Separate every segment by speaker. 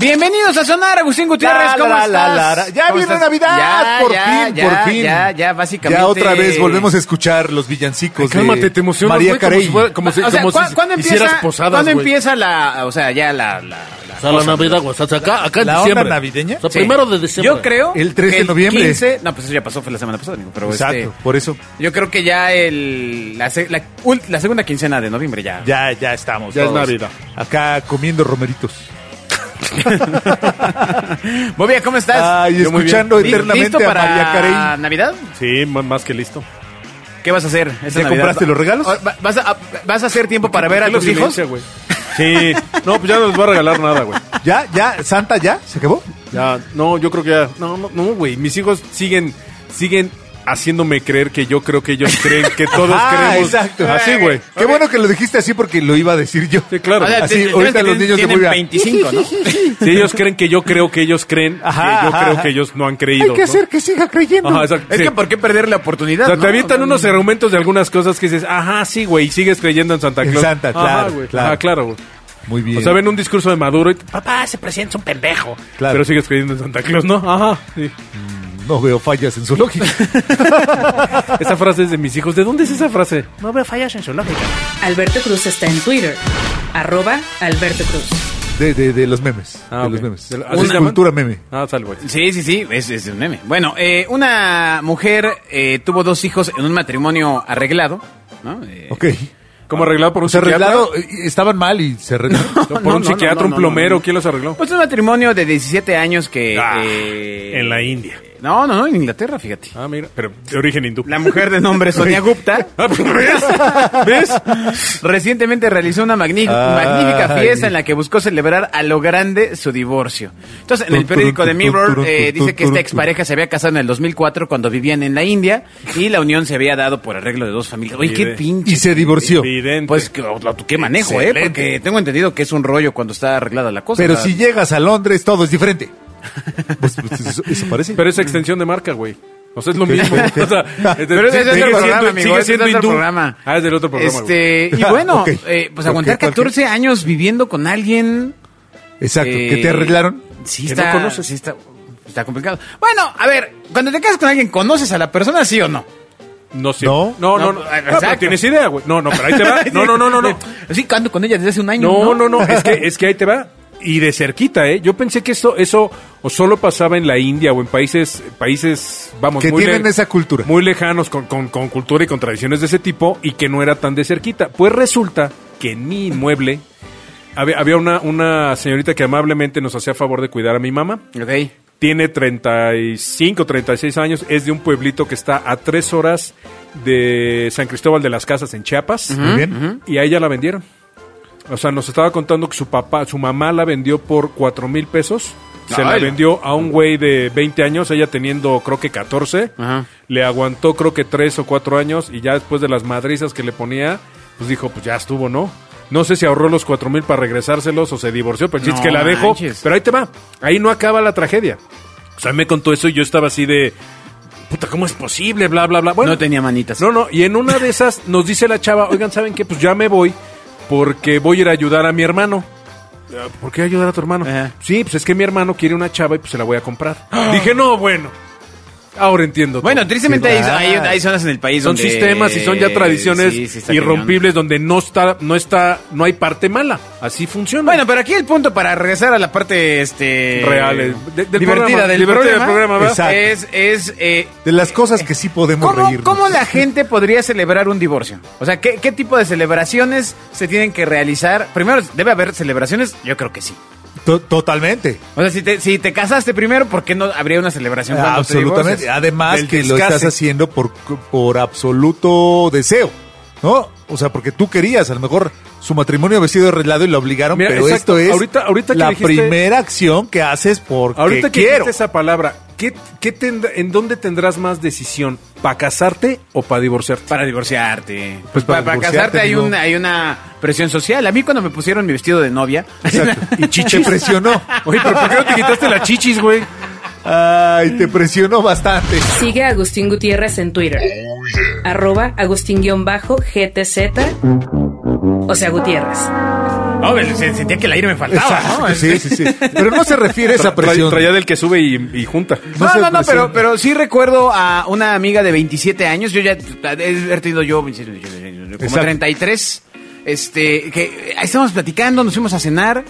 Speaker 1: Bienvenidos a Sonar, Agustín Gutiérrez,
Speaker 2: La,
Speaker 1: ¿cómo
Speaker 2: la, la,
Speaker 1: estás?
Speaker 2: la, la. Ya
Speaker 1: ¿Cómo
Speaker 2: viene
Speaker 1: estás?
Speaker 2: Navidad,
Speaker 1: Ya,
Speaker 2: por
Speaker 1: ya,
Speaker 2: fin,
Speaker 1: ya,
Speaker 2: por fin.
Speaker 1: Ya, ya, básicamente.
Speaker 2: Ya otra vez volvemos a escuchar los villancicos
Speaker 3: Cálmate,
Speaker 2: de
Speaker 3: te emocionas,
Speaker 2: María
Speaker 3: güey, como
Speaker 2: Carey.
Speaker 3: si fuera- como si-
Speaker 1: O sea,
Speaker 3: como
Speaker 1: ¿cuá-
Speaker 3: si
Speaker 1: ¿cuándo
Speaker 3: hicieras
Speaker 1: empieza,
Speaker 3: posadas,
Speaker 1: ¿cuándo
Speaker 3: güey.
Speaker 1: empieza la, o sea, ya la, la- la-
Speaker 3: O sea, la Navidad, güey. O sea, acá, acá en
Speaker 2: ¿La onda
Speaker 3: diciembre.
Speaker 2: navideña?
Speaker 3: O sea,
Speaker 1: Sí.
Speaker 3: primero de diciembre.
Speaker 1: Yo creo
Speaker 2: El 3 de
Speaker 1: que
Speaker 2: noviembre.
Speaker 1: 15, no, pues eso ya pasó, fue la semana pasada, amigo, pero
Speaker 2: Exacto,
Speaker 1: este,
Speaker 2: por eso.
Speaker 1: yo creo que ya el la, se- la ult- la segunda quincena de noviembre ya.
Speaker 2: Ya, ya estamos.
Speaker 3: Ya es
Speaker 2: todos
Speaker 3: Navidad.
Speaker 2: Acá comiendo romeritos.
Speaker 1: Bobia, ¿cómo estás?
Speaker 2: Ay,
Speaker 1: Yo muy bien.
Speaker 2: escuchando
Speaker 1: ¿Li-
Speaker 2: eternamente
Speaker 1: ¿Listo
Speaker 2: a
Speaker 1: para
Speaker 2: María Carey?
Speaker 1: Navidad?
Speaker 3: Sí, ma- más que listo.
Speaker 1: ¿Qué vas a hacer esta
Speaker 2: ¿Ya
Speaker 1: Navidad?
Speaker 2: compraste los regalos?
Speaker 1: Ah, va- ¿Vas a, a- vas a hacer tiempo para ver a
Speaker 3: ¿Qué
Speaker 1: tus hijos?
Speaker 3: violencia, güey? Sí. No, pues ya no les voy a regalar nada, güey.
Speaker 2: ¿Ya? ¿Ya? ¿Santa ya? ¿Se acabó?
Speaker 3: Ya, no, yo creo que ya. No, no, no, güey. Mis hijos siguen, siguen haciéndome creer que yo creo que ellos creen que todos
Speaker 2: Ah,
Speaker 3: creemos.
Speaker 2: exacto.
Speaker 3: Así, güey.
Speaker 2: Qué bueno que lo dijiste así porque lo iba a decir yo.
Speaker 3: Sí, claro.
Speaker 1: O sea,
Speaker 2: Así,
Speaker 1: te- te-
Speaker 2: ahorita
Speaker 1: ves que
Speaker 2: los niños de
Speaker 1: tienen
Speaker 2: muy
Speaker 1: 25, ¿no?
Speaker 3: Si ellos creen que yo creo que ellos creen,
Speaker 2: Ajá,
Speaker 3: que yo
Speaker 2: ajá,
Speaker 3: creo
Speaker 2: ajá.
Speaker 3: que ellos no han creído.
Speaker 2: Hay que
Speaker 3: ¿no?
Speaker 2: hacer que siga creyendo.
Speaker 3: Ajá, exacto.
Speaker 1: Es
Speaker 3: sí.
Speaker 1: que ¿por qué perder la oportunidad?
Speaker 3: O sea,
Speaker 1: no?
Speaker 3: te avientan unos argumentos de algunas cosas que dices, ajá, sí, güey, y sigues creyendo en Santa
Speaker 2: En
Speaker 3: Claus.
Speaker 2: Santa,
Speaker 3: Ajá,
Speaker 2: claro,
Speaker 3: güey.
Speaker 2: claro.
Speaker 3: Ajá, claro, güey.
Speaker 2: Muy bien.
Speaker 3: O sea, ven un discurso de Maduro y, papá, se presidente es un pendejo.
Speaker 2: Claro.
Speaker 3: Pero sigues creyendo en Santa Claus, ¿no? Ajá. sí.
Speaker 2: No veo fallas en su lógica.
Speaker 3: Esa frase es de mis hijos. ¿De dónde es esa frase?
Speaker 4: No veo fallas en su lógica.
Speaker 5: Alberto Cruz está en Twitter, arroba Alberto Cruz.
Speaker 2: De, de, de los memes.
Speaker 3: Ah,
Speaker 2: de
Speaker 3: ok.
Speaker 2: los memes.
Speaker 3: ¿De la-
Speaker 2: Es
Speaker 3: así se llaman?
Speaker 2: cultura meme.
Speaker 1: Eh,
Speaker 3: Ah, sal, güey.
Speaker 1: Sí, sí, sí, es, es un meme. Bueno, eh, una mujer eh, tuvo dos hijos en un matrimonio arreglado, ¿no? Eh,
Speaker 2: Ok.
Speaker 3: Como arreglado por un
Speaker 2: O sea,
Speaker 3: psiquiatra.
Speaker 2: arreglado, eh, estaban mal y se arreglaron.
Speaker 3: No, por
Speaker 1: No,
Speaker 3: un
Speaker 1: no,
Speaker 3: psiquiatra,
Speaker 1: no, no,
Speaker 3: un plomero,
Speaker 1: no, no.
Speaker 3: ¿quién los arregló?
Speaker 1: Pues un matrimonio de 17 años que...
Speaker 3: Ah,
Speaker 1: eh,
Speaker 3: en la India.
Speaker 1: No, no, no, en Inglaterra, fíjate.
Speaker 3: Ah, mira, Ah, pero de origen hindú.
Speaker 1: La mujer de nombre Sonia Gupta
Speaker 3: Ah, pero ¿Ves? ¿Ves?
Speaker 1: recientemente realizó una magní-
Speaker 2: Ay.
Speaker 1: magnífica fiesta en la que buscó celebrar a lo grande su divorcio. Entonces, en el periódico de Mirror eh, dice que esta expareja se había casado en el 2004 cuando vivían en la India y la unión se había dado por arreglo de dos familias. Oye, qué
Speaker 3: Mire.
Speaker 1: pinche.
Speaker 2: y se divorció.
Speaker 3: Evidente.
Speaker 1: Pues que- o- o- qué manejo, ¿eh? Porque tengo entendido que es un rollo cuando está arreglada la cosa.
Speaker 2: Pero
Speaker 1: O sea,
Speaker 2: si llegas a Londres, todo es diferente. Pues, pues, eso, eso parece.
Speaker 3: Pero es extensión de marca, güey. O sea, es lo
Speaker 2: ¿Qué?
Speaker 3: mismo.
Speaker 2: ¿Qué?
Speaker 3: O sea, este,
Speaker 1: Pero ese es
Speaker 3: sigue
Speaker 1: otro
Speaker 3: siendo-
Speaker 1: programa, amigo,
Speaker 3: sigue
Speaker 1: ese
Speaker 3: siendo
Speaker 1: es otro
Speaker 3: hindú.
Speaker 1: programa.
Speaker 3: Ah, es del otro programa, güey.
Speaker 1: Este, y bueno,
Speaker 2: Ah, Ok.
Speaker 1: eh, pues
Speaker 2: Ok,
Speaker 1: aguantar
Speaker 2: cualquier-
Speaker 1: 14 años viviendo con alguien
Speaker 2: Exacto. que
Speaker 1: Eh,
Speaker 2: te arreglaron.
Speaker 1: Sí,
Speaker 3: Que
Speaker 1: está,
Speaker 3: no conoces.
Speaker 1: sí está, está complicado. Bueno, a ver, cuando te casas con alguien, ¿conoces a la persona, sí o no?
Speaker 3: No sé.
Speaker 2: No.
Speaker 3: no, no.
Speaker 1: No,
Speaker 3: no. Ah,
Speaker 1: exacto.
Speaker 3: pero tienes idea, güey. No, no, pero ahí te va. No, no, no, no, no.
Speaker 1: Sí, ando con ella desde hace un año.
Speaker 3: No, no, no. Es que, es que ahí te va. Y de cerquita, ¿eh? Yo pensé que esto, eso o solo pasaba en la India o en países, países, vamos,
Speaker 2: Que
Speaker 3: muy
Speaker 2: tienen
Speaker 3: le-
Speaker 2: esa cultura.
Speaker 3: Muy lejanos, con, con, con cultura y con tradiciones de ese tipo, y que no era tan de cerquita. Pues resulta que en mi inmueble había, había una, una señorita que amablemente nos hacía favor de cuidar a mi mamá.
Speaker 1: Ok.
Speaker 3: Tiene 35, 36 años, es de un pueblito que está a tres horas de San Cristóbal de las Casas en Chiapas
Speaker 2: Muy bien.
Speaker 3: y a ella la vendieron. O sea, nos estaba contando que su papá, su mamá la vendió por cuatro mil pesos. Se la
Speaker 1: Ay.
Speaker 3: vendió a un güey de 20 años, ella teniendo creo que 14.
Speaker 1: Ajá.
Speaker 3: Le aguantó creo que 3 o 4 años y ya después de las madrizas que le ponía, pues dijo, pues ya estuvo, ¿no? No sé si ahorró los cuatro mil para regresárselos o se divorció, pero el chiste es
Speaker 1: No
Speaker 3: que la dejó.
Speaker 1: manches.
Speaker 3: Pero ahí te va, ahí no acaba la tragedia. O sea, me contó eso y yo estaba así de, puta, ¿cómo es posible? Bla, bla, bla. Bueno,
Speaker 1: no tenía manitas.
Speaker 3: no, no, y en una de esas nos dice la chava, oigan, ¿saben qué? Pues ya me voy porque voy a ir a ayudar a mi hermano. "Ah, ¿Por qué ayudar a tu hermano?
Speaker 1: Ajá. ¡Ah!
Speaker 3: Sí, pues es que mi hermano quiere una chava y pues se la voy a comprar. Dije, no, bueno. Ahora entiendo. todo".
Speaker 1: Bueno, tristemente
Speaker 2: Sí,
Speaker 1: hay,
Speaker 2: va.
Speaker 1: hay- hay zonas en el país
Speaker 3: son
Speaker 1: donde...
Speaker 3: sistemas y son ya tradiciones
Speaker 1: Sí, sí, está
Speaker 3: irrompibles donde no está, no está, no hay parte mala. Así funciona.
Speaker 1: cañón. Bueno, pero aquí el punto para regresar a la parte este
Speaker 3: Real, eh, de- del
Speaker 1: divertida
Speaker 3: programa,
Speaker 1: del
Speaker 3: divertida del
Speaker 1: programa,
Speaker 3: programa, ¿verdad?
Speaker 2: Exacto.
Speaker 1: es es eh,
Speaker 2: De las cosas que sí podemos
Speaker 1: ¿Cómo,
Speaker 2: reírnos.
Speaker 1: cómo la gente podría celebrar un divorcio? O sea, ¿qué, qué tipo de celebraciones se tienen que realizar? Primero, ¿debe haber celebraciones? Yo creo que sí.
Speaker 2: To- totalmente.
Speaker 1: O sea, si te, si te casaste primero, ¿por qué no habría una
Speaker 2: Ah,
Speaker 1: celebración? cuando te
Speaker 2: Absolutamente.
Speaker 1: divorcias?
Speaker 2: Además
Speaker 3: Del
Speaker 2: que lo
Speaker 3: descase.
Speaker 2: estás haciendo por, por absoluto deseo, ¿no? O sea, porque tú querías, a lo mejor su matrimonio había sido arreglado y lo obligaron,
Speaker 3: Mira,
Speaker 2: pero
Speaker 3: exacto.
Speaker 2: esto es
Speaker 3: Ahorita- ahorita que
Speaker 2: la
Speaker 3: dijiste-
Speaker 2: primera acción que haces porque
Speaker 3: Ahorita que
Speaker 2: quiero.
Speaker 3: dijiste esa palabra, ¿qué, qué tendrá- ¿en dónde tendrás más decisión? ¿Para casarte o para divorciarte?
Speaker 1: Para divorciarte.
Speaker 2: Pues
Speaker 1: Pues
Speaker 2: para
Speaker 1: para, para
Speaker 2: divorciarte,
Speaker 1: casarte hay
Speaker 2: digo.
Speaker 1: una, hay una presión social. A mí cuando me pusieron mi vestido de novia...
Speaker 2: Exacto. Y Chiche presionó.
Speaker 3: Oye, pero ¿por qué no te quitaste las chichis, güey?
Speaker 2: Ay, te presionó bastante.
Speaker 5: Sigue a Agustín Gutiérrez en Twitter. Arroba Agustín-GTZ. O sea, Gutiérrez.
Speaker 1: No, pero se- sentía que el aire me faltaba, ¿no?
Speaker 2: Exacto, sí, sí, sí. Pero no se refiere a esa presión.
Speaker 3: Traía del que sube y, y junta.
Speaker 2: No pues,
Speaker 1: No,
Speaker 2: se
Speaker 1: no, no,
Speaker 2: presiona.
Speaker 1: pero, pero sí recuerdo a una amiga de 27 años, yo ya he tenido yo, 27, yo- yo- yo- como
Speaker 2: Exacto.
Speaker 1: 33, este, que ahí estábamos platicando, nos fuimos a cenar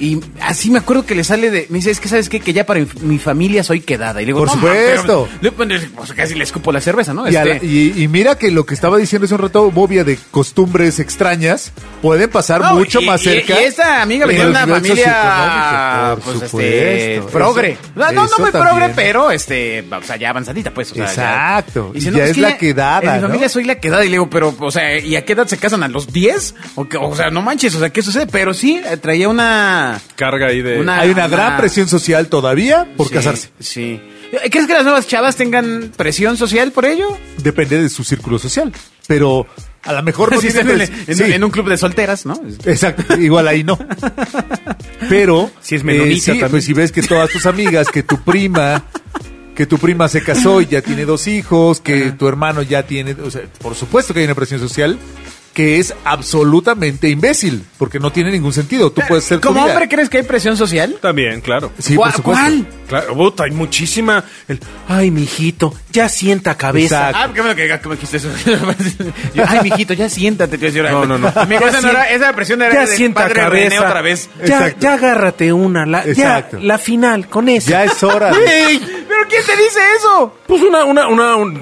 Speaker 1: y así me acuerdo que le sale de, me dice, es que sabes qué, que ya para mi, mi familia soy quedada. Y le digo,
Speaker 2: Por
Speaker 1: "No, ma, pero-"
Speaker 2: supuesto.
Speaker 1: Le- pues, pues, casi le escupo la cerveza, ¿no?
Speaker 2: Y, a la-
Speaker 1: Este,
Speaker 2: y- y mira que lo que estaba diciendo hace un rato, Bobia, de costumbres extrañas, pueden pasar
Speaker 1: No,
Speaker 2: mucho
Speaker 1: y-
Speaker 2: más
Speaker 1: y-
Speaker 2: cerca.
Speaker 1: Y esta amiga
Speaker 2: de
Speaker 1: venía de
Speaker 2: los
Speaker 1: una
Speaker 2: niveles
Speaker 1: familia,
Speaker 2: socioeconómicos,
Speaker 1: pues,
Speaker 2: por
Speaker 1: este,
Speaker 2: supuesto.
Speaker 1: progre.
Speaker 2: Eso-
Speaker 1: no, no, no
Speaker 2: eso
Speaker 1: muy
Speaker 2: también.
Speaker 1: progre, pero, este, o sea, ya avanzadita, pues. O sea, ya-
Speaker 2: Exacto.
Speaker 1: Y dice,
Speaker 2: Y
Speaker 1: no,
Speaker 2: ya es
Speaker 1: que
Speaker 2: la quedada,
Speaker 1: En mi
Speaker 2: ¿no?
Speaker 1: familia soy la quedada, y le digo, pero, o sea, ¿y a qué edad se casan? ¿A los 10? O, que- o sea, no manches, o sea, ¿qué sucede? Pero sí, eh, traía una...
Speaker 3: Carga ahí de.
Speaker 1: Una-
Speaker 2: Hay una
Speaker 1: Ah,
Speaker 2: gran
Speaker 1: ah.
Speaker 2: presión social todavía por
Speaker 1: sí,
Speaker 2: casarse.
Speaker 1: Sí. ¿Crees que las nuevas chavas tengan presión social por ello?
Speaker 2: Depende de su círculo social. Pero a lo mejor no
Speaker 1: Sí,
Speaker 2: tiene
Speaker 1: están en,
Speaker 2: pres-
Speaker 1: en-
Speaker 2: sí,
Speaker 1: en un club de solteras, ¿no?
Speaker 2: Exacto, igual ahí no. Pero
Speaker 3: Si es menonita
Speaker 2: sí,
Speaker 3: también.
Speaker 2: pues si ves que todas tus amigas, que tu prima, que tu prima se casó y ya tiene dos hijos, que tu hermano ya tiene, o sea, por supuesto que hay una presión social que es absolutamente imbécil, porque no tiene ningún sentido. Tú puedes ser tu
Speaker 1: ¿Como
Speaker 2: vida.
Speaker 1: hombre crees que hay presión social?
Speaker 3: También, claro.
Speaker 2: Sí, por
Speaker 1: ¿Cuál-
Speaker 2: supuesto.
Speaker 1: cuál?
Speaker 3: Claro, puta, hay muchísima. El, ay, mijito, ya sienta cabeza.
Speaker 2: Exacto.
Speaker 1: Ah, qué bueno que que me dijiste eso. Yo, Ay, mijito, ya siéntate. Te voy a decir,
Speaker 3: No, no, no.
Speaker 1: Amigo,
Speaker 3: Ya
Speaker 1: esa, no
Speaker 3: sien-
Speaker 1: era- esa presión era
Speaker 4: Ya
Speaker 1: de
Speaker 4: sienta
Speaker 1: padre René
Speaker 4: cabeza.
Speaker 1: otra vez.
Speaker 4: Ya,
Speaker 2: Exacto.
Speaker 4: ya agárrate una. La, ya,
Speaker 2: Exacto.
Speaker 4: la final, con esa.
Speaker 2: Ya es hora. de-
Speaker 1: ¡Ey! ¿Pero quién te dice eso?
Speaker 3: Pues una, una, una, un-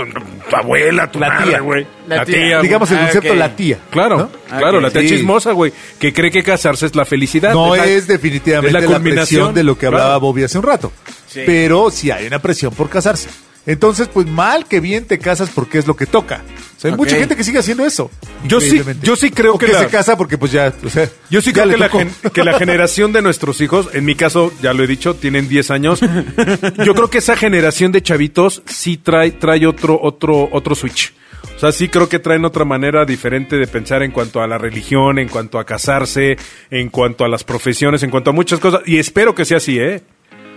Speaker 3: tu abuela, tu
Speaker 2: La
Speaker 3: madre,
Speaker 2: tía.
Speaker 3: güey.
Speaker 1: La tía.
Speaker 3: güey.
Speaker 2: digamos el
Speaker 1: Ah,
Speaker 2: concepto
Speaker 1: ok.
Speaker 2: la tía.
Speaker 3: Claro,
Speaker 2: ¿no? Ah,
Speaker 3: claro,
Speaker 1: Ok,
Speaker 3: la tía
Speaker 2: sí.
Speaker 3: chismosa, güey, que cree que casarse es la felicidad.
Speaker 2: No
Speaker 3: la-
Speaker 2: es definitivamente
Speaker 3: es
Speaker 2: la, presión de lo que hablaba
Speaker 3: claro.
Speaker 2: Bobby hace un rato.
Speaker 1: Sí.
Speaker 2: Pero sí hay una presión por casarse. Entonces, pues mal que bien te casas porque es lo que toca. O sea, hay
Speaker 1: Ok.
Speaker 2: mucha gente que sigue haciendo eso.
Speaker 3: Yo sí-
Speaker 2: increíblemente.
Speaker 3: yo sí creo
Speaker 2: O
Speaker 3: que
Speaker 2: que,
Speaker 3: la-
Speaker 2: se casa porque pues ya, o sea,
Speaker 3: Yo sí
Speaker 2: ya
Speaker 3: creo
Speaker 2: le
Speaker 3: que la,
Speaker 2: tocó.
Speaker 3: gen- que la generación de nuestros hijos, en mi caso, ya lo he dicho, tienen 10 años. Yo creo que esa generación de chavitos sí trae, trae otro, otro, otro switch. O sea, sí creo que traen otra manera diferente de pensar en cuanto a la religión, en cuanto a casarse, en cuanto a las profesiones, en cuanto a muchas cosas. Y espero que sea así, ¿eh?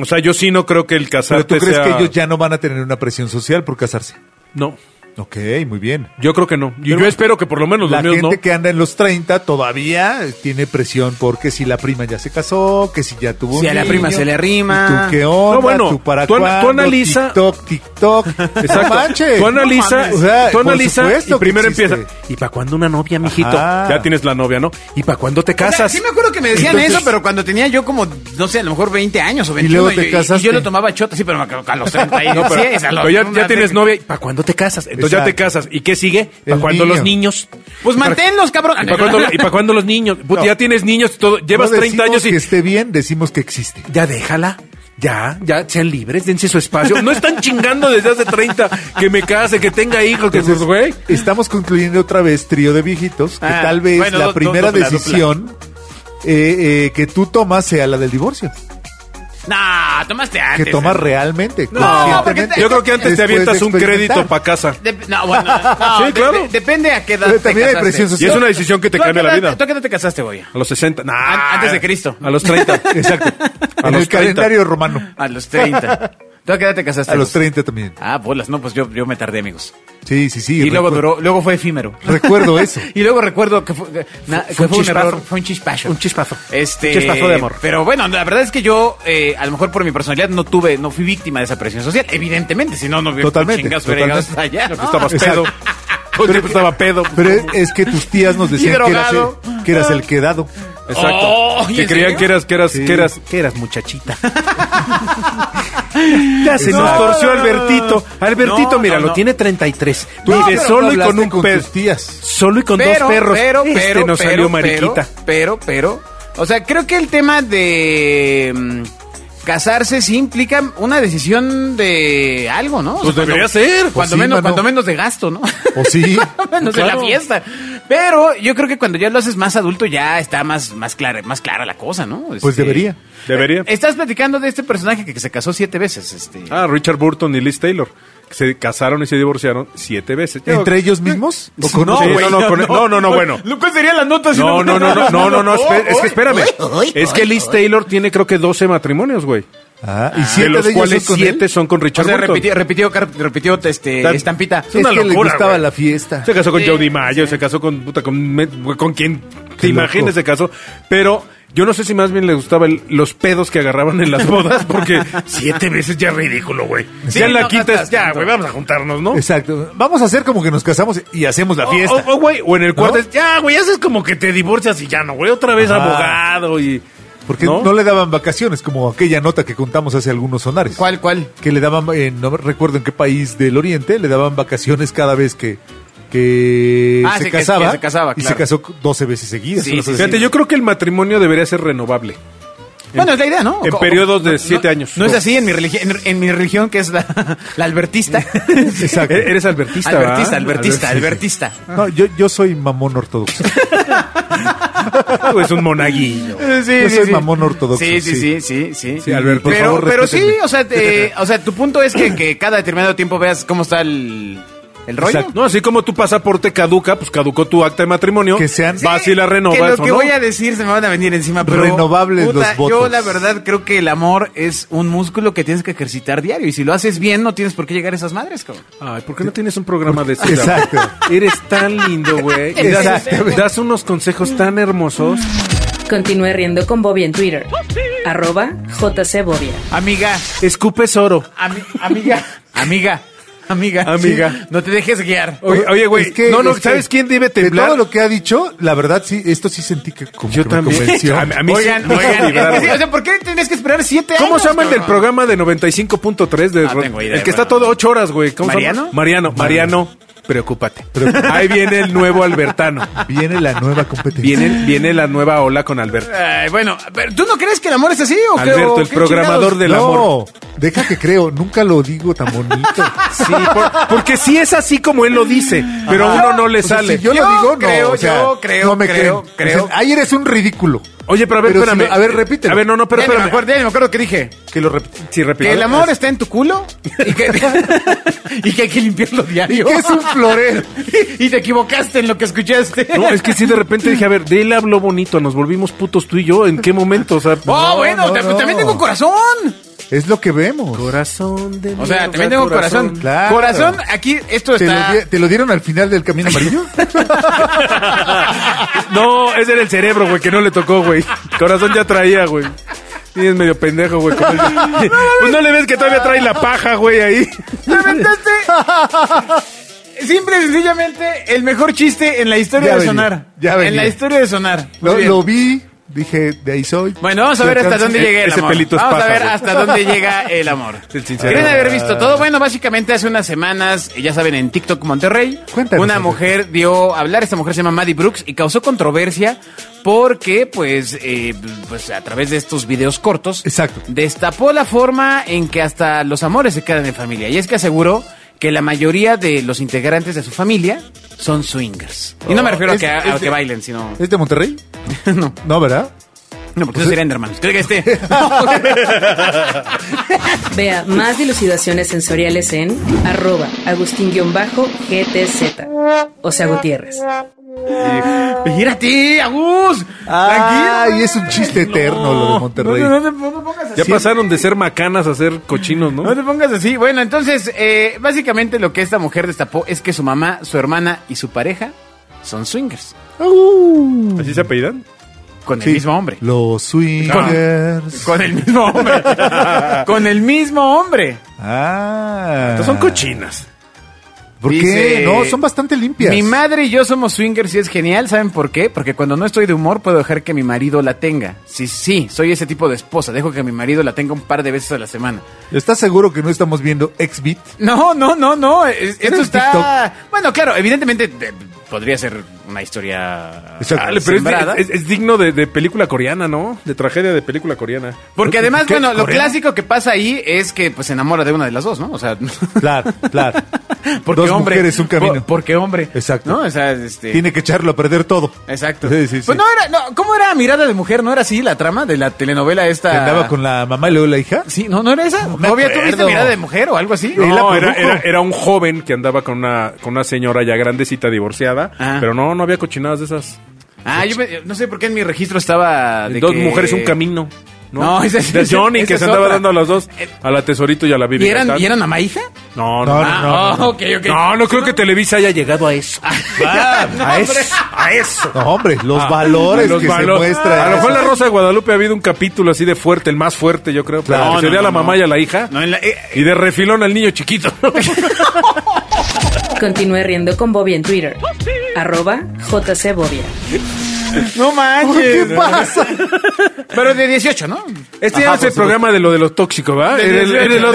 Speaker 3: O sea, yo sí no creo que el
Speaker 2: Pero
Speaker 3: casarte
Speaker 2: tú crees
Speaker 3: sea-
Speaker 2: que ellos ya no van a tener una presión social por casarse.
Speaker 3: No,
Speaker 2: Ok, muy bien.
Speaker 3: yo creo que no. Y yo espero que por lo menos
Speaker 2: La
Speaker 3: los míos
Speaker 2: gente
Speaker 3: no.
Speaker 2: que anda en los 30 todavía tiene presión porque si la prima ya se casó, que si ya tuvo un
Speaker 1: Si a la
Speaker 2: niño,
Speaker 1: prima se le arrima.
Speaker 2: ¿y ¿Tú qué onda?
Speaker 3: No, bueno,
Speaker 2: ¿Tú para
Speaker 3: tú ana-
Speaker 2: cuándo?
Speaker 3: tú analiza-
Speaker 2: TikTok, TikTok.
Speaker 3: Exacto.
Speaker 2: No manches.
Speaker 3: Tú analiza,
Speaker 2: No mames. O sea,
Speaker 3: tú
Speaker 2: por
Speaker 3: analiza
Speaker 2: supuesto
Speaker 3: y primero
Speaker 2: que existe.
Speaker 3: empieza. ¿Y para cuándo una novia, mijito?
Speaker 2: Ajá.
Speaker 3: Ya tienes la novia, ¿no? ¿Y para cuándo te
Speaker 1: O sea,
Speaker 3: casas?
Speaker 1: sí me acuerdo que me decían
Speaker 2: Entonces-
Speaker 1: eso, pero cuando tenía yo como, no sé, a lo mejor 20 años o 21.
Speaker 2: luego te casaste.
Speaker 1: yo lo tomaba chota, sí, pero me acuerdo que a los 30 y
Speaker 3: No, pero,
Speaker 1: sí, es a los-
Speaker 3: pero ya,
Speaker 1: una-
Speaker 3: ya tienes novia. ¿Y para cuándo te casas? Entonces ya te
Speaker 2: Exacto.
Speaker 3: casas. ¿Y qué sigue?
Speaker 2: El
Speaker 3: ¿Para cuándo
Speaker 2: niño.
Speaker 3: los niños?
Speaker 1: Pues manténlos, cabrón.
Speaker 3: ¿Y para cuándo, y para cuándo los niños? Puta,
Speaker 2: No.
Speaker 3: Ya tienes niños y todo. Llevas
Speaker 2: No
Speaker 3: 30
Speaker 2: decimos
Speaker 3: años y...
Speaker 2: que esté bien, decimos que existe.
Speaker 4: Ya déjala.
Speaker 3: Ya, ya, sean libres, dense su espacio. No están chingando desde hace 30 que me case, que tenga hijos, que...
Speaker 2: Entonces,
Speaker 3: Güey,
Speaker 2: Estamos concluyendo otra vez trío de viejitos que
Speaker 1: Ah,
Speaker 2: tal vez
Speaker 1: bueno,
Speaker 2: la
Speaker 1: do- do-
Speaker 2: primera
Speaker 1: dupla, dupla.
Speaker 2: decisión eh, eh, que tú tomas sea la del divorcio,
Speaker 1: No, tomaste antes.
Speaker 2: que tomas
Speaker 1: ¿eh?
Speaker 2: realmente.
Speaker 1: No,
Speaker 2: conscientemente,
Speaker 1: porque te-
Speaker 3: yo creo que antes te
Speaker 2: después de
Speaker 3: avientas un
Speaker 2: experimentar.
Speaker 3: crédito para casa.
Speaker 1: Dep- no, bueno. no,
Speaker 3: Sí,
Speaker 1: de-
Speaker 3: claro.
Speaker 1: de- depende a qué edad.
Speaker 2: Pero
Speaker 1: te
Speaker 2: también hay
Speaker 1: casaste.
Speaker 2: presión social.
Speaker 3: Y es una decisión que te
Speaker 1: ¿Tú a
Speaker 3: cambia
Speaker 1: qué
Speaker 3: la
Speaker 1: edad-
Speaker 3: vida.
Speaker 1: ¿Tú a qué edad te casaste, Goya?
Speaker 3: A los 60. Nah,
Speaker 1: An- antes de Cristo.
Speaker 3: A los 30.
Speaker 2: Exacto.
Speaker 3: A
Speaker 2: en
Speaker 3: los
Speaker 2: el
Speaker 3: 30.
Speaker 2: calendario romano.
Speaker 1: A los 30. ¿Tú a qué edad te casaste?
Speaker 2: A los 30 también.
Speaker 1: Ah, bolas, no, pues yo, yo me tardé, amigos.
Speaker 2: Sí, sí, sí.
Speaker 1: Y, luego
Speaker 2: recuer-
Speaker 1: duró, luego fue efímero.
Speaker 2: Recuerdo eso.
Speaker 1: y luego recuerdo que fue, que- na- que
Speaker 4: un
Speaker 1: fue un
Speaker 4: chispazo.
Speaker 1: error, fue un chispazo.
Speaker 4: Un chispazo.
Speaker 1: Este,
Speaker 4: Chispazo de amor.
Speaker 1: Pero bueno, la verdad es que yo, eh, a lo mejor por mi personalidad, no tuve, no fui víctima de esa presión social. Evidentemente, si no, no hubiera-
Speaker 2: Totalmente,
Speaker 1: chingas, hubiera llegado hasta
Speaker 2: totalmente.
Speaker 1: allá.
Speaker 3: No,
Speaker 1: ¿no?
Speaker 3: pues estabas
Speaker 2: Exacto.
Speaker 3: pedo. Todo el tiempo estaba pedo.
Speaker 2: Pero es, es que tus tías nos
Speaker 1: Y
Speaker 2: decían que eras, el,
Speaker 1: drogado.
Speaker 2: que eras el quedado.
Speaker 3: Exacto.
Speaker 1: Oh, ¿y
Speaker 3: que
Speaker 1: en
Speaker 3: creían
Speaker 1: serio?
Speaker 3: que eras, que eras,
Speaker 2: Sí.
Speaker 3: que eras.
Speaker 4: ¿Qué eras, muchachita? ya se
Speaker 2: No,
Speaker 4: nos torció
Speaker 3: Ah, no, no,
Speaker 4: Albertito. Albertito,
Speaker 1: No,
Speaker 4: mira,
Speaker 1: no,
Speaker 4: lo
Speaker 1: no.
Speaker 4: tiene 33.
Speaker 2: Tú
Speaker 4: Vive
Speaker 2: hablaste
Speaker 4: solo y con un perro.
Speaker 2: tus tías.
Speaker 4: Solo y con
Speaker 1: pero,
Speaker 4: dos perros.
Speaker 1: Pero,
Speaker 4: este
Speaker 1: pero,
Speaker 4: nos
Speaker 1: pero,
Speaker 4: salió mariquita.
Speaker 1: Pero, pero, pero, o sea, creo que el tema de mm, casarse sí implica una decisión de algo, ¿no? O sea,
Speaker 3: Pues
Speaker 1: cuando-
Speaker 3: debería ser.
Speaker 1: Cuando,
Speaker 2: Pues sí,
Speaker 1: menos,
Speaker 2: mano.
Speaker 1: cuando menos de gasto, ¿no?
Speaker 2: ¿O sí?
Speaker 1: Cuando menos de
Speaker 3: Claro.
Speaker 1: la fiesta. Pero yo creo que cuando ya lo haces más adulto ya está más, más, clara, más clara la cosa, ¿no?
Speaker 2: Pues
Speaker 1: Este,
Speaker 2: debería.
Speaker 3: Debería.
Speaker 1: Estás platicando de este personaje que, que se casó siete veces, este.
Speaker 3: Ah, Richard Burton y Liz Taylor. que Se casaron y se divorciaron siete veces. Yo-
Speaker 2: ¿Entre ellos mismos? ¿O con
Speaker 3: No,
Speaker 2: otros?
Speaker 3: güey, no, no, con- no, no, no, bueno.
Speaker 1: ¿Cuál sería la nota? si
Speaker 3: No, no, no, no, no, no, no,
Speaker 1: Oh,
Speaker 3: espe- es que espérame.
Speaker 4: Ay, ay,
Speaker 3: Es que Liz Taylor tiene creo que 12 matrimonios, güey.
Speaker 2: Ah, y
Speaker 3: de
Speaker 2: siete
Speaker 3: los
Speaker 2: de ellos
Speaker 3: cuales
Speaker 2: son con
Speaker 3: siete
Speaker 2: él.
Speaker 3: son con
Speaker 1: O
Speaker 3: Richard
Speaker 1: sea,
Speaker 3: Burton.
Speaker 1: repitió, repitió, car- repitió este,
Speaker 3: Dan-
Speaker 1: estampita.
Speaker 3: Es una
Speaker 2: es que le
Speaker 3: locura,
Speaker 2: gustaba
Speaker 3: güey.
Speaker 2: la fiesta.
Speaker 3: Se casó con
Speaker 1: Sí,
Speaker 3: Joe DiMaggio,
Speaker 1: sí.
Speaker 3: se casó con puta, con, me- con quien
Speaker 2: Qué
Speaker 3: te imagines
Speaker 2: loco.
Speaker 3: se casó. Pero yo no sé si más bien le gustaba el- los pedos que agarraban en las bodas, porque siete veces ya es ridículo, güey.
Speaker 1: Sí,
Speaker 3: ya en la
Speaker 1: no
Speaker 3: quinta es,
Speaker 1: gastas
Speaker 3: ya,
Speaker 1: tanto.
Speaker 3: güey, vamos a juntarnos, ¿no?
Speaker 2: Exacto. Vamos a hacer como que nos casamos y hacemos la
Speaker 3: O-
Speaker 2: fiesta.
Speaker 3: O, o, güey, o en el cuarto
Speaker 2: ¿No?
Speaker 3: es, ya, güey, haces como que te divorcias y ya no, güey, otra vez
Speaker 2: Ajá.
Speaker 3: abogado y...
Speaker 2: Porque ¿No? le daban vacaciones, como aquella nota que contamos hace algunos sonares.
Speaker 1: ¿Cuál, cuál?
Speaker 2: Que le daban, eh, no recuerdo en qué país del Oriente, le daban vacaciones cada vez que, que,
Speaker 1: Ah,
Speaker 2: se,
Speaker 1: sí, que-
Speaker 2: casaba,
Speaker 1: que se casaba,
Speaker 2: Y
Speaker 1: claro.
Speaker 2: se casó 12 veces seguidas.
Speaker 1: Sí,
Speaker 2: una
Speaker 1: sí,
Speaker 2: cosa
Speaker 3: Fíjate,
Speaker 2: así.
Speaker 3: yo creo que el matrimonio debería ser renovable.
Speaker 1: Bueno, es la idea, ¿no?
Speaker 3: en
Speaker 1: O- o-
Speaker 3: periodos de
Speaker 1: no-
Speaker 3: siete
Speaker 1: no-
Speaker 3: años.
Speaker 1: No es así en mi, religi- en, en mi religión, que es la, la albertista.
Speaker 2: Exacto.
Speaker 3: E- Eres albertista, ¿verdad?
Speaker 1: albertista, albertista, albertista.
Speaker 2: No, yo, yo soy mamón ortodoxo.
Speaker 3: Tú eres un monaguillo.
Speaker 2: Yo soy mamón ortodoxo,
Speaker 1: Sí, sí, sí,
Speaker 2: sí.
Speaker 1: sí, sí.
Speaker 2: Sí, Alberto, por
Speaker 1: pero,
Speaker 2: favor,
Speaker 1: pero sí,
Speaker 2: respétenme.
Speaker 1: o sea, te- o sea, tu punto es que, que cada determinado tiempo veas cómo está el, el rollo.
Speaker 2: Exacto.
Speaker 3: No, así como tu pasaporte caduca, pues caducó tu acta de matrimonio.
Speaker 2: Que sean-
Speaker 3: Vas y Ah, la
Speaker 1: Que
Speaker 3: renovas.
Speaker 1: lo que
Speaker 3: ¿o no?
Speaker 1: voy a decir se me van a venir encima, pero.
Speaker 2: Renovables los
Speaker 1: Yo,
Speaker 2: votos.
Speaker 1: la verdad, creo que el amor es un músculo que tienes que ejercitar diario. Y si lo haces bien, no tienes por qué llegar a esas madres, cabrón.
Speaker 3: Ay, ¿por qué no tienes un programa de eso?
Speaker 2: Exacto.
Speaker 3: Eres tan lindo, güey. Y das,
Speaker 2: Exacto.
Speaker 3: das unos consejos tan hermosos.
Speaker 5: Continúe riendo con Bobby en Twitter. Arroba JC Bobia.
Speaker 1: Amiga,
Speaker 3: Escupes oro.
Speaker 1: ami- amiga, amiga, amiga.
Speaker 3: Amiga.
Speaker 1: Sí, no te dejes guiar.
Speaker 3: Oye, oye, güey.
Speaker 2: Es que-
Speaker 3: no, no,
Speaker 2: es que
Speaker 3: ¿sabes quién debe
Speaker 2: De
Speaker 3: temblar?
Speaker 2: todo lo que ha dicho, la verdad, sí, esto sí sentí que como
Speaker 3: Yo
Speaker 2: que
Speaker 3: también.
Speaker 2: me convenció.
Speaker 3: A mí- a mí sí
Speaker 1: oigan,
Speaker 3: me hizo
Speaker 1: oigan.
Speaker 3: vibrar,
Speaker 1: es que sí,
Speaker 3: güey.
Speaker 1: o sea, ¿por qué tenías que esperar siete años?
Speaker 3: ¿Cómo se llama el del
Speaker 1: cabrón?
Speaker 3: programa de 95.3 de
Speaker 1: Ah,
Speaker 3: Ro-
Speaker 1: tengo idea,
Speaker 3: El que está
Speaker 1: bueno.
Speaker 3: todo ocho horas, güey. ¿Cómo se llama?
Speaker 1: ¿Mariano?
Speaker 3: Mariano, Mariano. Preocúpate. Ahí viene el nuevo Albertano.
Speaker 2: Viene la nueva competencia.
Speaker 3: Viene, viene la nueva ola con Alberto.
Speaker 1: Ay, bueno, pero ¿tú no crees que el amor es así? ¿o qué-
Speaker 3: Alberto,
Speaker 1: o
Speaker 3: el
Speaker 1: qué
Speaker 3: programador
Speaker 1: chingados?
Speaker 3: del
Speaker 2: no,
Speaker 3: amor.
Speaker 2: deja que creo, nunca lo digo tan bonito.
Speaker 3: Sí, por- porque sí es así como él lo dice, pero a uno no le
Speaker 2: O sea,
Speaker 3: sale.
Speaker 2: si yo,
Speaker 1: Yo
Speaker 2: lo digo, no.
Speaker 1: creo,
Speaker 2: o sea,
Speaker 1: yo creo,
Speaker 2: no me
Speaker 1: creo,
Speaker 2: creen.
Speaker 1: creo.
Speaker 2: Dicen, Ahí eres un ridículo.
Speaker 3: Oye, pero a ver,
Speaker 2: Pero si
Speaker 3: espérame.
Speaker 2: no- a ver, repítelo.
Speaker 3: A ver, no, no, pero
Speaker 1: Ya ni me
Speaker 3: espérame.
Speaker 1: acuerdo, ya ni me acuerdo que dije.
Speaker 3: Que lo repite. Sí, repite.
Speaker 1: Que el amor está en tu culo y que, y que hay que limpiarlo diario.
Speaker 2: ¿Qué es un florero?
Speaker 1: y te equivocaste en lo que escuchaste.
Speaker 3: No, es que sí, de repente dije, a ver, de él habló bonito, nos volvimos putos tú y yo, ¿en qué momento? O sea,
Speaker 1: Oh,
Speaker 3: no,
Speaker 1: bueno,
Speaker 2: no,
Speaker 1: te-
Speaker 2: no.
Speaker 1: también tengo corazón.
Speaker 2: Es lo que vemos.
Speaker 3: Corazón de
Speaker 1: O sea, también tengo corazón.
Speaker 2: Claro.
Speaker 1: Corazón, aquí esto
Speaker 2: ¿Te lo,
Speaker 1: está.
Speaker 2: di- te lo dieron al final del camino amarillo?
Speaker 3: No, ese era el cerebro, güey, que no le tocó, güey. Corazón ya traía, güey. Y es medio pendejo, güey. como el- Pues no le ves que todavía trae la paja, güey, ahí.
Speaker 1: ¿Te aventaste? Simple y sencillamente el mejor chiste en la historia
Speaker 2: Ya
Speaker 1: de
Speaker 2: venía,
Speaker 1: sonar.
Speaker 2: ya venía.
Speaker 1: En la historia de sonar. Muy
Speaker 2: lo,
Speaker 1: bien.
Speaker 2: lo vi, dije, de ahí soy. e-,
Speaker 1: Bueno, vamos a
Speaker 2: Y
Speaker 1: ver hasta
Speaker 2: alcanzo-
Speaker 1: dónde
Speaker 3: ese-
Speaker 1: llega el
Speaker 3: ese
Speaker 1: amor.
Speaker 3: pelito es
Speaker 1: vamos a
Speaker 3: paja,
Speaker 1: ver
Speaker 3: güey.
Speaker 1: hasta dónde llega el amor.
Speaker 3: El sincero.
Speaker 1: Quieren haber visto todo. Bueno, básicamente hace unas semanas, ya saben, en TikTok Monterrey,
Speaker 2: Cuéntanos,
Speaker 1: una
Speaker 2: Andrés.
Speaker 1: mujer dio a hablar. Esta mujer se llama Maddie Brooks y causó controversia porque, pues, eh, pues a través de estos videos cortos,
Speaker 2: Exacto.
Speaker 1: destapó la forma en que hasta los amores se quedan en familia. Y es que aseguró que la mayoría de los integrantes de su familia son swingers. Y no me refiero
Speaker 2: Es-
Speaker 1: a, que, a-
Speaker 2: es
Speaker 1: a que
Speaker 2: de-
Speaker 1: bailen, sino...
Speaker 2: ¿Es de Monterrey?
Speaker 1: No.
Speaker 2: No, ¿verdad?
Speaker 1: No, porque eso sería Enderman. Creo que este...
Speaker 5: Vea más dilucidaciones sensoriales en arroba agustín-gtz. O sea, Gutiérrez.
Speaker 1: Mírate, Agus.
Speaker 2: Ah. Ay, es un chiste eterno lo de Monterrey.
Speaker 1: No, no, no, te- no te pongas así.
Speaker 3: Ya pasaron de ser macanas a ser cochinos, ¿no?
Speaker 1: No te pongas así. Bueno, entonces, eh, básicamente lo que esta mujer destapó es que su mamá, su hermana y su pareja son swingers.
Speaker 3: ¿Así se apellidan?
Speaker 1: Con
Speaker 2: Sí.
Speaker 1: el mismo hombre.
Speaker 2: Los swingers.
Speaker 1: Con el mismo hombre. con el mismo hombre.
Speaker 2: Ah.
Speaker 3: Entonces son cochinas.
Speaker 2: ¿Por
Speaker 1: Dice-
Speaker 2: qué? No, son bastante limpias.
Speaker 1: Mi madre y yo somos swingers y es genial. ¿Saben por qué? Porque cuando no estoy de humor puedo dejar que mi marido la tenga. Sí, sí, soy ese tipo de esposa. Dejo que mi marido la tenga un par de veces a la semana.
Speaker 2: ¿Estás seguro que no estamos viendo Xbit?
Speaker 1: No, no, no, no. es- Esto
Speaker 2: el
Speaker 1: está. Bueno, claro, evidentemente de- podría ser una historia.
Speaker 2: Exacto.
Speaker 1: ah,
Speaker 3: Dale, pero es di-
Speaker 1: sembrada.
Speaker 3: es, es digno de, de película coreana, ¿no? De tragedia de película coreana.
Speaker 1: Porque además,
Speaker 2: ¿Qué?
Speaker 1: bueno, lo
Speaker 2: ¿Corea?
Speaker 1: clásico que pasa ahí es que pues se enamora de una de las dos, ¿no? O sea,
Speaker 2: Claro, claro.
Speaker 1: porque
Speaker 2: Dos
Speaker 1: hombre.
Speaker 2: mujeres, un camino.
Speaker 1: po- Porque hombre.
Speaker 2: Exacto.
Speaker 1: ¿No? O sea, este.
Speaker 2: Tiene que echarlo a perder todo.
Speaker 1: Exacto.
Speaker 2: Sí, sí, sí.
Speaker 1: Pues no era, no, ¿cómo era mirada de mujer? ¿No era así la trama de la telenovela
Speaker 2: Que
Speaker 1: esta?
Speaker 2: andaba con la mamá y luego la hija.
Speaker 1: Sí, no, no era esa.
Speaker 2: me
Speaker 1: Obvio, ¿tú viste
Speaker 2: acuerdo.
Speaker 1: mirada de mujer o algo así?
Speaker 2: la
Speaker 3: No, era,
Speaker 2: produjo?
Speaker 3: era, era un joven que andaba con una, con una señora ya grandecita divorciada,
Speaker 1: Ah.
Speaker 3: pero no, no había cochinadas de esas.
Speaker 1: Ah, yo me- no sé por qué en mi registro estaba. de
Speaker 3: Dos
Speaker 1: que-
Speaker 3: mujeres, un camino. ¿no?
Speaker 1: No, ese es-
Speaker 3: De
Speaker 1: ese-
Speaker 3: Johnny,
Speaker 1: esa
Speaker 3: que
Speaker 1: es
Speaker 3: se andaba
Speaker 1: otra. Eh,
Speaker 3: dando a las dos, a la Tesorito y a la Bibi.
Speaker 1: ¿Y eran,
Speaker 3: Gaitán.
Speaker 1: ¿Y eran a Maija?
Speaker 3: No,
Speaker 2: No,
Speaker 3: no,
Speaker 2: no,
Speaker 3: no.
Speaker 2: no.
Speaker 1: Ah, ok, ok.
Speaker 3: No, no creo que Televisa haya llegado a eso.
Speaker 2: Ah,
Speaker 3: A eso. A eso.
Speaker 2: No, hombre, los
Speaker 3: Ah,
Speaker 2: valores
Speaker 3: los
Speaker 2: que
Speaker 3: valo-
Speaker 2: se muestra.
Speaker 3: A lo mejor en la Rosa de Guadalupe ha habido un capítulo así de fuerte, el más fuerte, yo creo.
Speaker 2: Claro.
Speaker 3: Claro.
Speaker 1: No,
Speaker 3: sería
Speaker 1: no,
Speaker 3: la
Speaker 1: no,
Speaker 3: mamá
Speaker 1: no.
Speaker 3: y a la hija.
Speaker 1: No, en la- eh,
Speaker 3: Y de refilón al niño chiquito.
Speaker 5: Continúe riendo con Bobby en Twitter. Arroba JC Bobia.
Speaker 1: no
Speaker 2: ¿Qué
Speaker 1: manches.
Speaker 2: pasa?
Speaker 1: Pero de 18, ¿no?
Speaker 3: Este ya
Speaker 2: Ajá,
Speaker 3: es el
Speaker 2: por supuesto.
Speaker 3: programa de lo de los tóxicos, ¿verdad?
Speaker 1: De
Speaker 3: Era el, era el
Speaker 1: 18,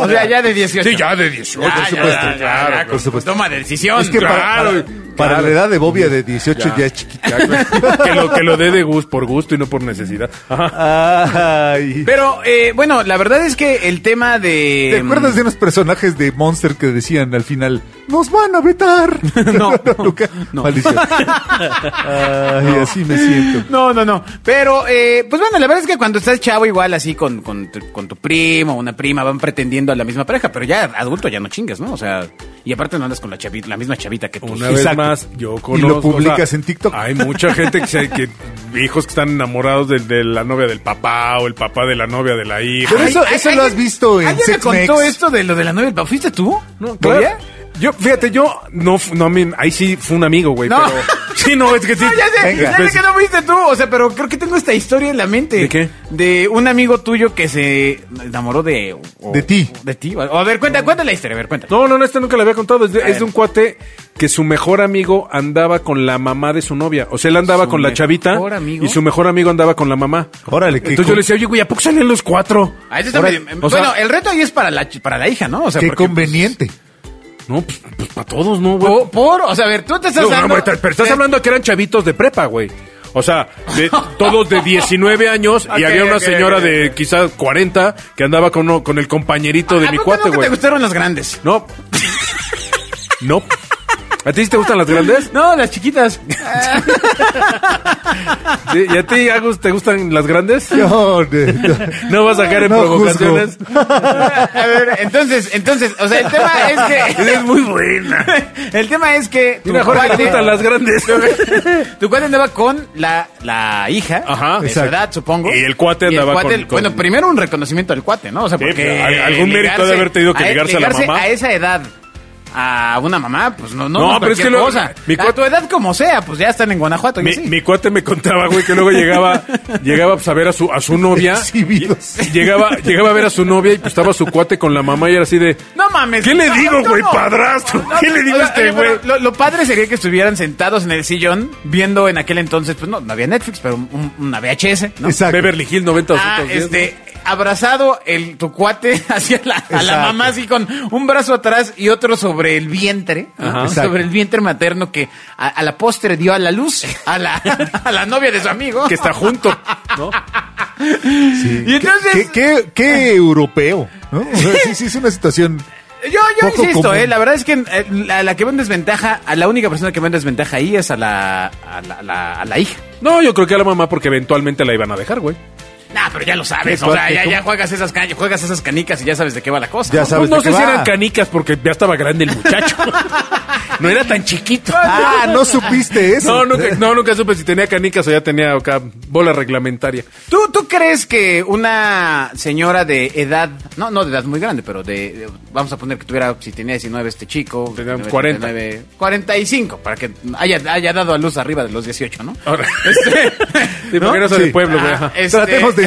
Speaker 1: de 18. O sea, ya de 18.
Speaker 3: Sí, ya de 18,
Speaker 1: Ya,
Speaker 3: por
Speaker 1: ya,
Speaker 3: supuesto.
Speaker 1: ya, ya,
Speaker 3: claro,
Speaker 1: ya,
Speaker 3: por
Speaker 1: con-
Speaker 3: supuesto.
Speaker 1: Toma de decisión.
Speaker 2: Es que para-
Speaker 3: Claro,
Speaker 2: para,
Speaker 3: claro.
Speaker 2: para la edad de Bobia de 18 ya, es chiquita.
Speaker 3: Ya, que lo, que lo dé de gusto, por gusto y no por necesidad. Ajá.
Speaker 2: Ay.
Speaker 1: Pero, eh, bueno, la verdad es que el tema de... mm,
Speaker 2: ¿Te acuerdas de unos personajes de Monster que decían al final, nos van a vetar?
Speaker 1: No.
Speaker 2: Nunca. Maldición. Ay, así me siento.
Speaker 1: No, no, no. Pero, eh, pues bueno, la verdad es que cuando estás chavo, igual así con, con, tu- con tu primo o una prima, van pretendiendo a la misma pareja, pero ya adulto ya no chingas, ¿no? O sea, y aparte no andas con la chavita, la misma chavita que tú.
Speaker 3: Una
Speaker 2: Exacto.
Speaker 3: vez más, yo
Speaker 2: Y
Speaker 3: conozco.
Speaker 2: lo publicas
Speaker 3: o sea,
Speaker 2: en TikTok.
Speaker 3: Hay mucha gente que, se- que hijos que están enamorados de, de la novia del papá o el papá de la novia de la hija.
Speaker 2: Pero eso, eso lo has visto en
Speaker 1: ¿Alguien me
Speaker 2: Sex
Speaker 1: contó
Speaker 2: Mex.
Speaker 1: esto de lo de la novia? del papá? ¿Fuiste tú?
Speaker 3: No,
Speaker 1: ¿Todavía?
Speaker 3: claro. Yo, fíjate, yo no, fu- no, a mí- ahí sí fue un amigo, güey.
Speaker 1: No.
Speaker 3: Pero, sí, no, es que sí.
Speaker 1: No, ya sé,
Speaker 2: Venga.
Speaker 1: ya sé que no fuiste tú, o sea, pero creo que tengo esta historia en la mente.
Speaker 3: ¿De qué?
Speaker 1: De un amigo tuyo que se enamoró de... o-
Speaker 2: De ti.
Speaker 1: De ti. O, a ver, cuenta, cuenta la historia, a ver, cuenta.
Speaker 3: No, no, no, este nunca le había contado. Es de,
Speaker 1: A
Speaker 3: es
Speaker 1: ver.
Speaker 3: de un cuate que su mejor amigo andaba con la mamá de su novia. O sea, él andaba
Speaker 1: ¿Su
Speaker 3: con la chavita
Speaker 1: mejor amigo?
Speaker 3: y su mejor amigo andaba con la mamá.
Speaker 2: Órale, qué,
Speaker 3: Entonces
Speaker 2: co-
Speaker 3: yo le decía, oye, güey, ¿a poco salen los cuatro?
Speaker 1: Ah, eso está
Speaker 3: Ahora,
Speaker 1: medio-
Speaker 3: o sea-
Speaker 1: bueno, el reto ahí es para la, ch- para la hija, ¿no? O sea,
Speaker 2: qué
Speaker 1: porque, pues,
Speaker 2: conveniente.
Speaker 3: No, pues, pues para todos, ¿no, güey?
Speaker 1: po- por, o sea, a ver, tú te Oh, estás
Speaker 3: No, no,
Speaker 1: dando-
Speaker 3: güey, pero estás
Speaker 1: te-
Speaker 3: hablando que eran chavitos de prepa, güey. O sea, de- todos de 19 años y
Speaker 1: Ok,
Speaker 3: había una
Speaker 1: ok,
Speaker 3: señora
Speaker 1: ok, Ah,
Speaker 3: de quizás 40 que andaba con, uno- con el compañerito de
Speaker 1: ¿A
Speaker 3: mi
Speaker 1: poco
Speaker 3: cuate,
Speaker 1: nunca
Speaker 3: güey.
Speaker 1: te gustaron las grandes?
Speaker 3: No. no. ¿A ti sí te gustan las grandes?
Speaker 1: No, las chiquitas.
Speaker 3: Sí, ¿Y a ti, Agus, te gustan las grandes?
Speaker 2: Yo, de- no.
Speaker 3: No vas a caer en
Speaker 2: No
Speaker 3: provocaciones.
Speaker 1: a ver, entonces, entonces, o sea, el tema es que
Speaker 3: Eres muy buena.
Speaker 1: el tema es que tu
Speaker 3: Mira, Jorge, te
Speaker 1: cuate,
Speaker 3: gustan las grandes.
Speaker 1: tu cuate andaba con la, la hija
Speaker 3: Ajá.
Speaker 1: de su
Speaker 2: Exacto.
Speaker 1: edad, supongo.
Speaker 3: Y el cuate andaba con- con-
Speaker 1: Bueno, primero un reconocimiento al cuate, ¿no? O sea,
Speaker 3: Sí,
Speaker 1: porque
Speaker 3: pero al- algún mérito ha de haber tenido que
Speaker 1: a- e-
Speaker 3: ligarse a la mamá.
Speaker 1: A esa edad. A una mamá, pues no, no,
Speaker 3: No,
Speaker 1: no es
Speaker 3: pero es
Speaker 1: cualquier
Speaker 3: que luego-
Speaker 1: cosa.
Speaker 3: mi
Speaker 1: a
Speaker 3: cuate-
Speaker 1: tu edad como sea, pues ya están en Guanajuato. y
Speaker 3: Mi,
Speaker 1: así.
Speaker 3: mi cuate me contaba, güey, que luego llegaba, llegaba pues, a ver a su, a su novia.
Speaker 2: Exhibidos.
Speaker 3: Y- Llegaba, llegaba a ver a su novia y pues estaba su cuate con la mamá y era así de.
Speaker 1: No mames.
Speaker 3: ¿Qué le
Speaker 1: No,
Speaker 3: digo,
Speaker 1: no,
Speaker 3: güey,
Speaker 1: no.
Speaker 3: padrastro?
Speaker 1: No,
Speaker 3: ¿Qué le digo a
Speaker 1: oye,
Speaker 3: este
Speaker 1: oye, pero
Speaker 3: güey?
Speaker 1: Lo, lo padre sería que estuvieran sentados en el sillón viendo en aquel entonces, pues no, no había Netflix, pero un- una VHS, ¿no?
Speaker 2: Exacto.
Speaker 3: Beverly Hill 90
Speaker 1: Ah,
Speaker 3: 210,
Speaker 1: este, abrazado el tu cuate hacia la, a la
Speaker 2: Exacto.
Speaker 1: mamá así con un brazo atrás y otro sobre el vientre, ¿no?
Speaker 3: Ajá.
Speaker 2: Exacto.
Speaker 1: sobre el vientre materno que a, a la postre dio a la luz a la, a la novia de su amigo.
Speaker 3: ¿no? Que está junto, ¿no?
Speaker 2: Sí.
Speaker 1: Y entonces-
Speaker 2: ¿Qué, qué, qué europeo? ¿no? O sea, sí, sí, es una situación.
Speaker 1: Yo, yo
Speaker 2: Poco
Speaker 1: insisto,
Speaker 2: común.
Speaker 1: eh, la verdad es que eh, la, la que va en desventaja, a la única persona que va en desventaja ahí es a la, a la, a la- a la hija.
Speaker 3: No, yo creo que a la mamá porque eventualmente la iban a dejar, güey.
Speaker 1: Nah, pero ya lo sabes,
Speaker 2: Qué
Speaker 1: o sea,
Speaker 2: fuerte,
Speaker 1: ya, ya
Speaker 2: ¿cómo?
Speaker 1: juegas esas can- juegas esas canicas y ya sabes de qué va la cosa.
Speaker 2: Ya
Speaker 1: ¿no?
Speaker 2: sabes
Speaker 3: Pues no
Speaker 2: de qué
Speaker 3: sé si
Speaker 2: va.
Speaker 3: eran canicas porque ya estaba grande el muchacho. no era tan chiquito.
Speaker 2: Ah, no supiste eso.
Speaker 3: No, nunca, no, nunca supe si tenía canicas o ya tenía acá bola reglamentaria.
Speaker 1: ¿Tú, ¿Tú crees que una señora de edad, no, no de edad muy grande, pero de, de- vamos a poner que tuviera, si tenía 19 este chico,
Speaker 3: Tenía
Speaker 1: 19,
Speaker 3: 40.
Speaker 1: 39, 45, para que haya, haya dado a luz arriba de los 18, ¿no?
Speaker 3: Ahora,
Speaker 1: Este,
Speaker 3: Sí, porque eras del Ah, pueblo,
Speaker 2: Ah,
Speaker 3: güey, ajá.
Speaker 1: este-
Speaker 2: Tratemos de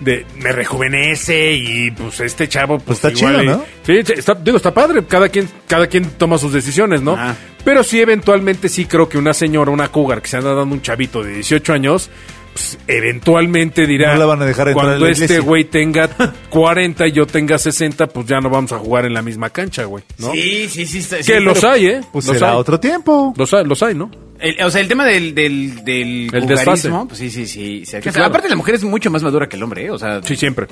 Speaker 3: de me rejuvenece y pues este chavo pues,
Speaker 2: Está
Speaker 3: igual
Speaker 2: chido,
Speaker 3: y-
Speaker 2: ¿no?
Speaker 3: Sí, sí, está, digo, está padre, cada quien, cada quien toma sus decisiones, ¿no?
Speaker 1: Ajá.
Speaker 3: Pero sí, eventualmente sí creo que una señora, una cougar que se anda dando un chavito de 18 años, pues eventualmente dirá,
Speaker 2: No la van a dejar entrar
Speaker 3: cuando
Speaker 2: a la
Speaker 3: este
Speaker 2: iglesia".
Speaker 3: güey tenga 40 y yo tenga 60, pues ya no vamos a jugar en la misma cancha, güey, ¿no?
Speaker 1: Sí, sí, sí. está- sí,
Speaker 3: que
Speaker 1: pero-
Speaker 3: los hay, ¿eh?
Speaker 2: Pues
Speaker 3: los,
Speaker 2: será
Speaker 3: hay.
Speaker 2: otro tiempo.
Speaker 3: los hay, los hay, ¿no?
Speaker 1: El- o sea, el tema del, del, del
Speaker 3: El
Speaker 1: vulgarismo,
Speaker 3: desfase.
Speaker 1: pues sí, sí, sí. se
Speaker 3: Sí,
Speaker 1: alcanza.
Speaker 3: claro.
Speaker 1: Aparte, la mujer es mucho más madura que el hombre, ¿eh? O sea,
Speaker 3: Sí, siempre.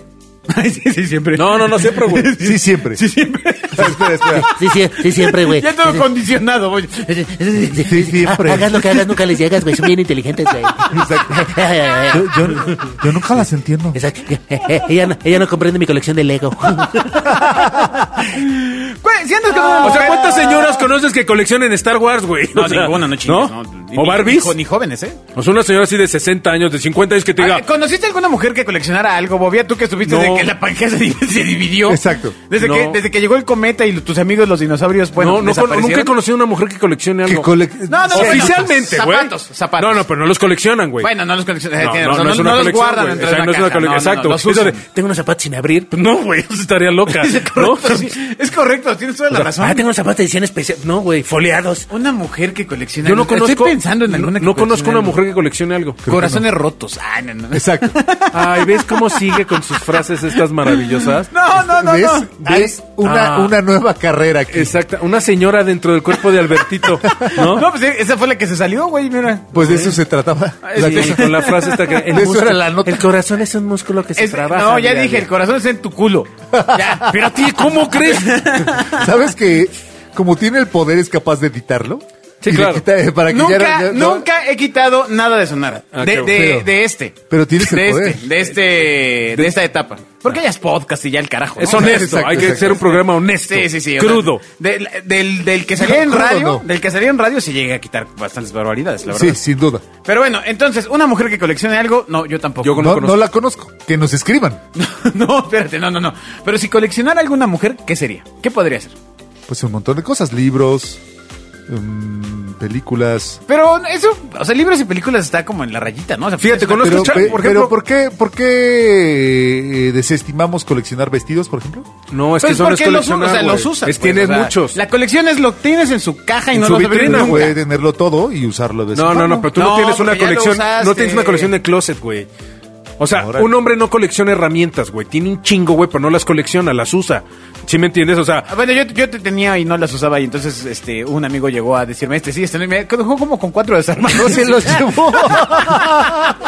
Speaker 1: Ay, sí, sí, siempre.
Speaker 3: No, no, no, siempre, güey.
Speaker 2: Sí, siempre.
Speaker 1: Sí, siempre.
Speaker 2: Espera, espera.
Speaker 6: Sí, sí, sí, siempre, güey.
Speaker 1: Ya todo condicionado, voy.
Speaker 2: Sí, siempre.
Speaker 6: Ha- Hagas lo que hagas, nunca les llegas, güey. Son bien inteligentes, güey.
Speaker 2: Exacto. Yo, yo- yo nunca las entiendo.
Speaker 6: Exacto. Ella, no- ella no comprende mi colección de Lego.
Speaker 1: ¿Cuál- Si andas con una
Speaker 3: O sea,
Speaker 1: mujer-
Speaker 3: ¿cuántas señoras conoces que coleccionen Star Wars, güey?
Speaker 1: No,
Speaker 3: O sea,
Speaker 1: ninguna, no chingas. No, Ni-
Speaker 3: ¿O Barbies?
Speaker 1: Ni, ni jóvenes, ¿eh?
Speaker 3: O sea, una señora así de 60 años, de 50 años que te diga...
Speaker 1: Ah, ¿Conociste alguna mujer que coleccionara algo, Bobia? Tú que estuviste
Speaker 3: No.
Speaker 1: de que la panjea se, di- se dividió.
Speaker 2: Exacto.
Speaker 1: Desde,
Speaker 3: No.
Speaker 1: que, desde que llegó el cometa y lo- tus amigos los dinosaurios, bueno,
Speaker 3: no, no, con- nunca he
Speaker 1: desaparecieron.
Speaker 3: conocido una mujer que coleccione
Speaker 2: Que
Speaker 3: algo.
Speaker 2: cole-
Speaker 1: No, no, bueno.
Speaker 3: Oficialmente, güey.
Speaker 1: Zapatos, zapatos.
Speaker 3: No, no, pero no los coleccionan, güey.
Speaker 1: Bueno, no los coleccionan.
Speaker 3: No,
Speaker 1: No,
Speaker 3: no, no es una
Speaker 1: no los
Speaker 3: colección,
Speaker 1: guardan
Speaker 3: güey.
Speaker 1: dentro
Speaker 3: O sea,
Speaker 1: de
Speaker 3: no es una
Speaker 1: caja,
Speaker 3: cole- exacto.
Speaker 1: los
Speaker 3: Eso de-
Speaker 1: usan.
Speaker 6: Tengo unos zapatos sin abrir. Ah,
Speaker 3: Pues no, güey, eso estaría loca. ¿no?
Speaker 1: Correcto, sí. Es correcto, tienes toda la razón.
Speaker 6: Ah, tengo unos zapatos de edición especial. No, güey, foliados.
Speaker 1: Una mujer que colecciona.
Speaker 3: Yo no
Speaker 1: algo.
Speaker 3: conozco...
Speaker 1: Estoy pensando en
Speaker 3: no-
Speaker 1: alguna que
Speaker 3: No conozco
Speaker 1: coleccione
Speaker 3: una
Speaker 1: algo.
Speaker 3: mujer que coleccione algo.
Speaker 1: Corazones rotos. Ay, no, no.
Speaker 2: Exacto.
Speaker 3: Ay, ¿ves cómo sigue con sus frases estas maravillosas?
Speaker 1: No, no, no,
Speaker 2: ¿Ves?
Speaker 1: no.
Speaker 2: ¿Ves? Una,
Speaker 3: Ah.
Speaker 2: una nueva carrera aquí.
Speaker 3: Exacta, una señora dentro del cuerpo de Albertito, ¿no?
Speaker 1: No, pues esa fue la que se salió, güey, mira.
Speaker 2: Pues de eso se trataba. La
Speaker 3: Sí,
Speaker 2: cosa-
Speaker 3: con la frase esta que...
Speaker 2: Eso era la nota.
Speaker 6: El corazón es un músculo que se
Speaker 1: Es-
Speaker 6: trabaja.
Speaker 1: no, ya
Speaker 6: mira,
Speaker 1: dije, el
Speaker 6: mira.
Speaker 1: corazón está en tu culo. Ya, pero a ti, ¿cómo crees?
Speaker 2: ¿Sabes que como tiene el poder es capaz de editarlo?
Speaker 3: Sí,
Speaker 2: Y le
Speaker 3: claro.
Speaker 2: quita- eh, para que
Speaker 1: nunca,
Speaker 2: ya- ya- ¿no?
Speaker 1: nunca he quitado nada de sonar.
Speaker 3: Ah,
Speaker 1: de,
Speaker 3: qué
Speaker 1: de,
Speaker 2: bueno.
Speaker 1: de este.
Speaker 2: Pero tienes el
Speaker 1: de
Speaker 2: poder.
Speaker 1: este, de este, de esta etapa. Porque ya es podcast y ya el carajo. ¿no?
Speaker 3: Ah. Es honesto,
Speaker 2: Exacto,
Speaker 3: hay que
Speaker 2: exacto.
Speaker 3: ser un programa honesto,
Speaker 1: Sí, sí, sí. o sea,
Speaker 3: crudo.
Speaker 1: del, del, del que salía en
Speaker 2: Crudo,
Speaker 1: radio,
Speaker 2: no.
Speaker 1: del que salía en radio se llega a quitar bastantes barbaridades, la verdad.
Speaker 2: Sí, sin duda.
Speaker 1: Pero bueno, entonces, una mujer que coleccione algo, no, yo tampoco.
Speaker 3: Yo
Speaker 2: No,
Speaker 3: conozco.
Speaker 2: no la conozco. Que nos escriban.
Speaker 1: no, espérate, no, no, no. Pero si coleccionara alguna mujer, ¿qué sería? ¿Qué podría ser?
Speaker 2: Pues un montón de cosas. Libros, mm, películas.
Speaker 1: Pero eso, o sea, libros y películas está como en la rayita, ¿no? O sea, pues,
Speaker 3: Fíjate,
Speaker 1: es una-
Speaker 3: conozco-
Speaker 2: Pero,
Speaker 3: escuchar,
Speaker 2: pe-
Speaker 3: por
Speaker 2: pero
Speaker 3: ejemplo-
Speaker 2: ¿por qué, por qué eh, desestimamos coleccionar vestidos, por ejemplo?
Speaker 3: No, es
Speaker 1: Pues
Speaker 3: que eso no es
Speaker 1: porque los, u- o
Speaker 3: coleccionar,
Speaker 1: sea,
Speaker 3: güey.
Speaker 1: los usas.
Speaker 3: Es
Speaker 1: pues,
Speaker 3: tienes
Speaker 1: o sea,
Speaker 3: muchos.
Speaker 1: La colección es lo que tienes en su caja y
Speaker 3: En
Speaker 1: no
Speaker 3: su
Speaker 1: lo vas a abrir
Speaker 3: vitrina,
Speaker 1: nunca.
Speaker 2: Pero puede tenerlo todo y usarlo de
Speaker 3: No, no, no, pero tú no,
Speaker 1: No,
Speaker 3: tienes una
Speaker 1: porque ya lo
Speaker 3: colección, no
Speaker 1: usaste.
Speaker 3: tienes una colección de closet, güey. O sea,
Speaker 2: Órale.
Speaker 3: un hombre no colecciona herramientas, güey. Tiene un chingo, güey, pero no las colecciona, las usa. ¿Sí me entiendes? O sea,
Speaker 1: Ah, Bueno, yo, yo te tenía y no las usaba y entonces este un amigo llegó a decirme, este sí, este no", y me dejó como con cuatro desarmados.
Speaker 2: Se los llevó.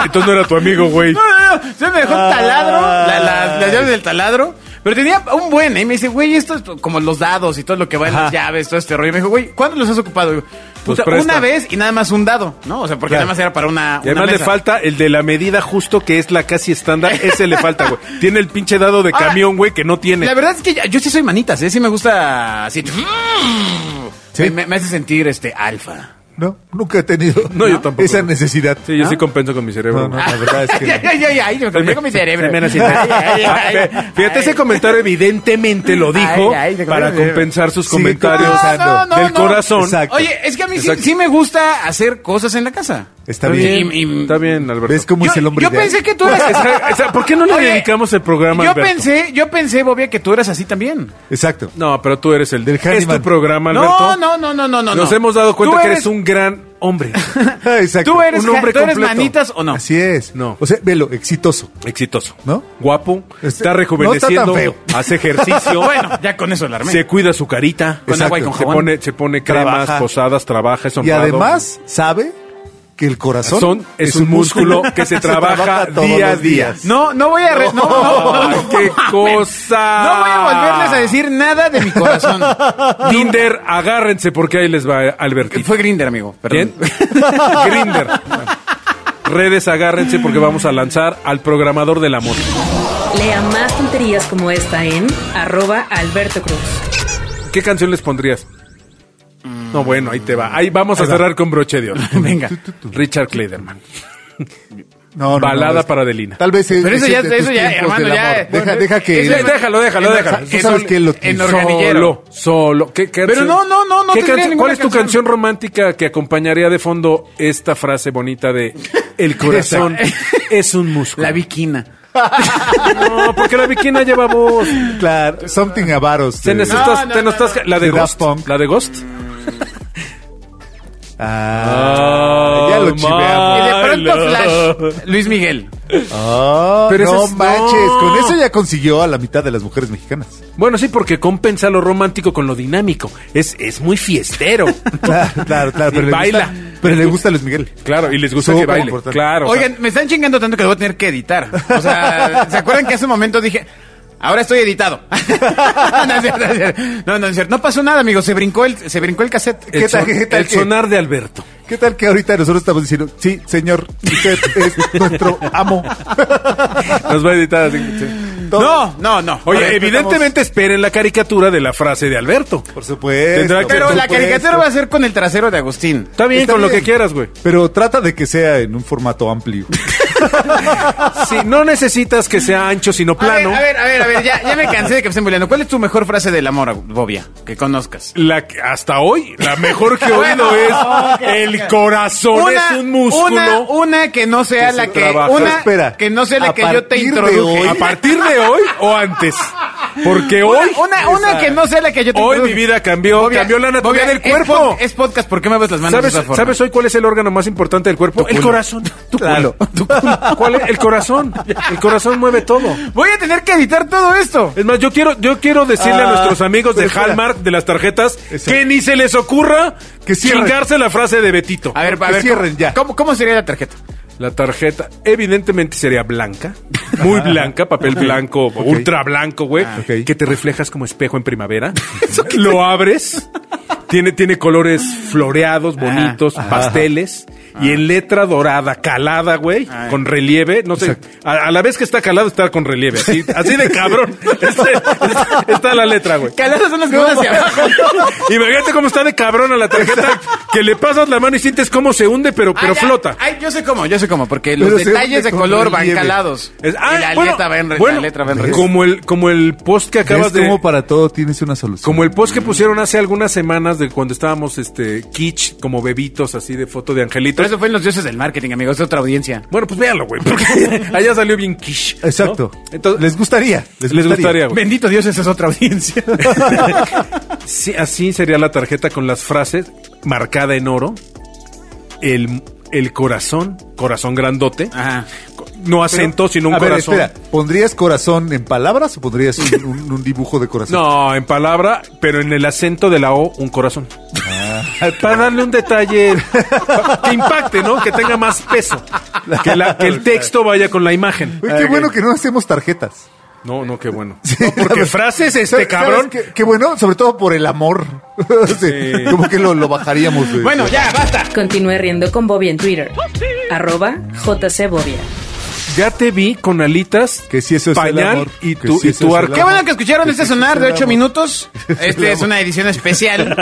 Speaker 3: entonces no era tu amigo, güey.
Speaker 1: No, no, no, se me dejó el taladro, la- las, las llaves del taladro. Pero tenía un buen, ¿eh? Y me dice, güey, esto es como los dados y todo lo que va en las llaves, todo este rollo. Y me dijo, güey, ¿cuándo los has ocupado? Y yo,
Speaker 3: Pues
Speaker 1: Puta,
Speaker 3: presta.
Speaker 1: una vez y nada más un dado, ¿no? O sea, porque
Speaker 3: Claro.
Speaker 1: nada más era para una.
Speaker 3: Y además
Speaker 1: una
Speaker 3: le
Speaker 1: mesa.
Speaker 3: falta el de la medida justo que es la casi estándar. Ese le falta, güey. Tiene el pinche dado de
Speaker 1: Ahora,
Speaker 3: camión, güey, que no tiene.
Speaker 1: La verdad es que ya- yo sí soy manitas, ¿eh? Sí me gusta así.
Speaker 2: Sí.
Speaker 1: Me, me hace sentir este alfa.
Speaker 2: No, nunca he tenido
Speaker 3: No, yo tampoco.
Speaker 2: esa necesidad.
Speaker 3: Sí, yo sí
Speaker 2: ¿No?
Speaker 3: compenso con mi cerebro.
Speaker 2: ¿Ah? No, no,
Speaker 3: güey.
Speaker 2: la verdad es que
Speaker 1: Ay, ay,
Speaker 2: no.
Speaker 1: ay, ay, me cambió con mi cerebro.
Speaker 3: Menos
Speaker 1: Ay, ay, ay, ay.
Speaker 3: Fíjate, ese comentario evidentemente lo dijo
Speaker 1: Ay, ay, te
Speaker 3: para
Speaker 1: conviene.
Speaker 3: compensar sus
Speaker 2: Sigue
Speaker 3: comentarios
Speaker 1: No, no, no,
Speaker 3: del
Speaker 1: no.
Speaker 3: corazón.
Speaker 2: Exacto.
Speaker 1: Oye, es que a mí sí,
Speaker 3: Exacto.
Speaker 1: sí me gusta hacer cosas en la casa.
Speaker 2: Está bien.
Speaker 1: Y- y-
Speaker 3: Está bien, Alberto.
Speaker 2: ¿Ves cómo
Speaker 1: yo,
Speaker 2: es el hombre
Speaker 1: yo
Speaker 2: ideal?
Speaker 1: pensé que tú eras.
Speaker 3: Esa- esa- ¿Por qué no le
Speaker 1: Oye,
Speaker 3: dedicamos el programa,
Speaker 1: Yo
Speaker 3: Alberto?
Speaker 1: pensé, yo pensé, Bobia, que tú eras así también.
Speaker 2: Exacto.
Speaker 3: No, pero tú eres el...
Speaker 2: Del
Speaker 3: es
Speaker 2: Handyman.
Speaker 3: tu programa,
Speaker 1: No,
Speaker 3: Alberto.
Speaker 1: no, no, no, no, no.
Speaker 3: Nos
Speaker 1: no.
Speaker 3: hemos dado cuenta
Speaker 1: Tú
Speaker 3: que eres un gran hombre.
Speaker 2: Ah, Exacto.
Speaker 1: Tú eres,
Speaker 3: un hombre
Speaker 1: tú eres
Speaker 3: completo.
Speaker 1: manitas o no.
Speaker 2: Así es.
Speaker 3: No.
Speaker 2: O sea, velo, exitoso.
Speaker 3: Exitoso.
Speaker 2: ¿No?
Speaker 3: Guapo.
Speaker 2: Este-
Speaker 3: está
Speaker 2: no
Speaker 3: rejuveneciendo.
Speaker 2: está tan feo.
Speaker 3: Hace ejercicio.
Speaker 1: Bueno, ya con eso alarmé.
Speaker 3: se cuida su carita.
Speaker 1: Con agua y
Speaker 2: exacto.
Speaker 1: con
Speaker 3: Se
Speaker 1: jabón.
Speaker 3: pone, se pone cremas,
Speaker 2: Trabaja.
Speaker 3: posadas, trabaja, es
Speaker 2: Y
Speaker 3: honrado.
Speaker 2: además sabe que el corazón
Speaker 3: Son- es un músculo que se trabaja día a
Speaker 2: los
Speaker 3: día.
Speaker 1: No, no voy a... re- No, no, no, no,
Speaker 3: ¡Qué Ah.
Speaker 1: mames.
Speaker 3: cosa!
Speaker 1: No voy a volverles a decir nada de mi corazón.
Speaker 3: Tinder, agárrense porque ahí les va Albertito.
Speaker 1: Fue Grinder, amigo.
Speaker 3: ¿Bien?
Speaker 1: Perdón.
Speaker 3: Grinder. Redes, agárrense porque vamos a lanzar al programador del amor.
Speaker 5: Lea más tonterías como esta en arroba Alberto Cruz.
Speaker 3: ¿Qué canción les pondrías? No, bueno, ahí te va. Ahí vamos a cerrar con broche de oro.
Speaker 1: Venga.
Speaker 3: Richard Clayderman.
Speaker 2: No, no, no,
Speaker 3: Balada
Speaker 2: es-
Speaker 3: para Adelina.
Speaker 2: Tal vez es-
Speaker 1: Pero eso
Speaker 2: es
Speaker 1: ya-
Speaker 2: de tus
Speaker 1: eso ya,
Speaker 2: tiempos
Speaker 1: hermano,
Speaker 2: del
Speaker 1: ya,
Speaker 2: amor.
Speaker 1: eh,
Speaker 2: Deja,
Speaker 1: bueno,
Speaker 2: deja que
Speaker 1: eso
Speaker 3: Eh, déjalo, déjalo,
Speaker 1: en-
Speaker 3: déjalo.
Speaker 2: Tú
Speaker 1: en-
Speaker 2: sabes que lo
Speaker 1: en
Speaker 2: tuyo.
Speaker 1: organillero.
Speaker 3: Solo, solo. ¿Qué canción?
Speaker 1: Pero no, no, no, no
Speaker 3: ¿Qué
Speaker 1: tendría
Speaker 3: canción-
Speaker 1: ninguna
Speaker 3: ¿Cuál es tu
Speaker 1: canción.
Speaker 3: canción romántica que acompañaría de fondo esta frase bonita de El corazón es un músculo?
Speaker 1: La viquina.
Speaker 3: No, porque la viquina lleva voz.
Speaker 2: Claro, something about us.
Speaker 3: Se
Speaker 2: de-
Speaker 3: necesitas,
Speaker 1: no,
Speaker 3: te
Speaker 1: no,
Speaker 3: necesitas- la de
Speaker 2: De Daft
Speaker 3: Ghost.
Speaker 2: Punk.
Speaker 3: La de Ghost.
Speaker 2: Ah, ya lo
Speaker 3: my
Speaker 1: Y
Speaker 2: chiveamos.
Speaker 1: de pronto
Speaker 3: love.
Speaker 1: Flash. Luis Miguel.
Speaker 2: Ah,
Speaker 3: Pero ese
Speaker 2: no
Speaker 3: es- no.
Speaker 2: manches, con eso ya consiguió a la mitad de las mujeres mexicanas.
Speaker 3: Bueno, sí, porque compensa lo romántico con lo dinámico. Es, es muy fiestero.
Speaker 2: Claro, claro, claro.
Speaker 3: Y
Speaker 2: Pero le
Speaker 3: baila.
Speaker 2: gusta- pero le gusta a Luis Miguel.
Speaker 3: Claro, y les gusta
Speaker 2: Súper
Speaker 3: que baile.
Speaker 2: importante.
Speaker 3: Claro. o sea,
Speaker 1: Oigan, me están chingando tanto que lo voy a tener que editar. O sea, ¿se acuerdan que hace un momento dije, Ahora estoy editado. no, es cierto, no, es cierto. no, no es cierto. No pasó nada, amigo. Se brincó el, se brincó el cassette.
Speaker 2: ¿Qué
Speaker 3: El,
Speaker 2: tal-
Speaker 3: son-
Speaker 2: qué tal
Speaker 3: el
Speaker 2: que-
Speaker 3: sonar de Alberto.
Speaker 2: ¿Qué tal que ahorita nosotros estamos diciendo, sí, señor, usted es nuestro amo?
Speaker 3: Nos va a editar así. sí.
Speaker 1: No, no, no.
Speaker 3: Oye,
Speaker 1: A ver,
Speaker 3: evidentemente esperen la caricatura de la frase de Alberto.
Speaker 2: Por supuesto.
Speaker 3: Tendrá que-
Speaker 2: por
Speaker 1: Pero la
Speaker 2: supuesto.
Speaker 1: caricatura va a ser con el trasero de Agustín.
Speaker 3: Está bien,
Speaker 2: Está
Speaker 3: con lo
Speaker 2: bien.
Speaker 3: que quieras, güey.
Speaker 2: Pero trata de que sea en un formato amplio.
Speaker 3: Sí, no necesitas que sea ancho, sino
Speaker 1: A ver,
Speaker 3: plano.
Speaker 1: a ver, a ver, a ver, ya, ya me cansé de que me estén boleando. ¿Cuál es tu mejor frase del amor, Bobia, que conozcas?
Speaker 3: La que- hasta hoy, la mejor que he
Speaker 1: Bueno,
Speaker 3: oído es el corazón es un músculo.
Speaker 1: Una, una que no sea
Speaker 3: se
Speaker 1: la que.
Speaker 3: trabaja.
Speaker 1: Una
Speaker 2: Pero espera,
Speaker 1: que no sea la
Speaker 2: a
Speaker 1: que yo te
Speaker 2: partir de
Speaker 1: introduje.
Speaker 2: hoy-
Speaker 3: A partir de hoy o antes. Porque
Speaker 1: Una-
Speaker 3: hoy.
Speaker 1: Una, una que no sea la que yo te
Speaker 3: Hoy
Speaker 1: introduje.
Speaker 3: mi vida cambió.
Speaker 1: Bobia,
Speaker 3: cambió la anatomía
Speaker 1: Bobia,
Speaker 3: del
Speaker 1: es
Speaker 3: cuerpo.
Speaker 1: pod- Es, podcast, ¿por qué me ves las manos
Speaker 3: ¿Sabes,
Speaker 1: de esa forma?
Speaker 3: ¿Sabes hoy cuál es el órgano más importante del cuerpo? el
Speaker 1: culo.
Speaker 3: corazón.
Speaker 1: Tu Claro. culo.
Speaker 3: ¿Cuál es? El corazón. El corazón mueve todo.
Speaker 1: Voy a tener que editar todo esto.
Speaker 3: Es más, yo quiero, yo quiero decirle
Speaker 2: Ah,
Speaker 3: a nuestros amigos de
Speaker 2: pero espera.
Speaker 3: Hallmark, de las tarjetas,
Speaker 2: Exacto.
Speaker 3: que ni se les ocurra
Speaker 2: Que cierren.
Speaker 3: chingarse la frase de Betito.
Speaker 1: A ver, a
Speaker 2: Que
Speaker 1: ver.
Speaker 2: cierren
Speaker 1: ¿cómo-
Speaker 2: ya.
Speaker 1: ¿cómo, ¿Cómo sería la tarjeta?
Speaker 3: La tarjeta evidentemente sería blanca, muy blanca, papel blanco, ultra blanco, güey,
Speaker 1: Ah.
Speaker 2: ok.
Speaker 3: que te reflejas como espejo en primavera. Lo abres, tiene, tiene colores floreados,
Speaker 1: Ah.
Speaker 3: bonitos, pasteles, y en letra dorada, calada, güey,
Speaker 1: Ah.
Speaker 3: con relieve, no sé, a, a la vez que está calado está con relieve, así, así de cabrón. Este- este- está la letra, güey.
Speaker 1: Caladas son las que van hacia abajo.
Speaker 3: Imagínate cómo está de cabrón a la tarjeta, que le pasas la mano y sientes cómo se hunde, pero, pero
Speaker 1: Ah, ya.
Speaker 3: flota.
Speaker 1: Ay, yo sé cómo, yo sé cómo, porque los
Speaker 2: Pero se hunde
Speaker 1: detalles de
Speaker 2: con
Speaker 1: color van
Speaker 2: relieve.
Speaker 1: calados.
Speaker 3: Es-
Speaker 1: y la,
Speaker 3: bueno,
Speaker 1: letra va en, re-
Speaker 3: bueno,
Speaker 1: la letra va en re-
Speaker 3: Como el, como el post que acabas
Speaker 2: ¿Ves
Speaker 3: de.
Speaker 2: cómo para todo tienes una solución?
Speaker 3: Como el post que pusieron hace algunas semanas de cuando estábamos este kitsch, como bebitos, así de foto de angelitos.
Speaker 1: Pero eso fue en los dioses del marketing, amigos, es otra audiencia.
Speaker 3: Bueno, pues véanlo, güey, porque allá salió bien kitsch. ¿no?
Speaker 2: Exacto.
Speaker 3: Entonces,
Speaker 2: les gustaría. Les,
Speaker 3: les gustaría, güey.
Speaker 1: Bendito Dios, esa es otra audiencia.
Speaker 3: Sí, así sería la tarjeta con las frases marcada en oro. El, el corazón, corazón grandote.
Speaker 1: Ajá.
Speaker 3: No acento, sino un
Speaker 2: A ver,
Speaker 3: corazón.
Speaker 2: espera. ¿Pondrías corazón en palabras o pondrías un, un- un dibujo de corazón?
Speaker 3: No, en palabra, pero en el acento de la O, un corazón.
Speaker 2: Ah.
Speaker 3: Para darle un detalle pa- que impacte, ¿no? Que tenga más peso. Que, la- que el texto vaya con la imagen.
Speaker 2: Oye, qué bueno que no hacemos tarjetas.
Speaker 3: No, no, qué bueno. No, porque
Speaker 2: ¿sabes?
Speaker 3: frases, este
Speaker 2: ¿Sabes
Speaker 3: cabrón.
Speaker 2: Qué, qué bueno, sobre todo por el amor. Sí, Como que lo, lo bajaríamos. de-
Speaker 1: Bueno, ya, basta.
Speaker 5: Continúe riendo con Bobia en Twitter. Arroba JC Bobia.
Speaker 3: Ya te vi con alitas,
Speaker 2: Que si eso es el
Speaker 3: pañal
Speaker 2: amor,
Speaker 3: y
Speaker 2: que
Speaker 3: tu,
Speaker 2: si
Speaker 3: y
Speaker 2: eso
Speaker 3: tu
Speaker 2: es el
Speaker 3: arco.
Speaker 1: Qué bueno que escucharon este sonar de
Speaker 2: Ese es el
Speaker 1: 8
Speaker 2: amor.
Speaker 1: minutos. Este es una edición especial.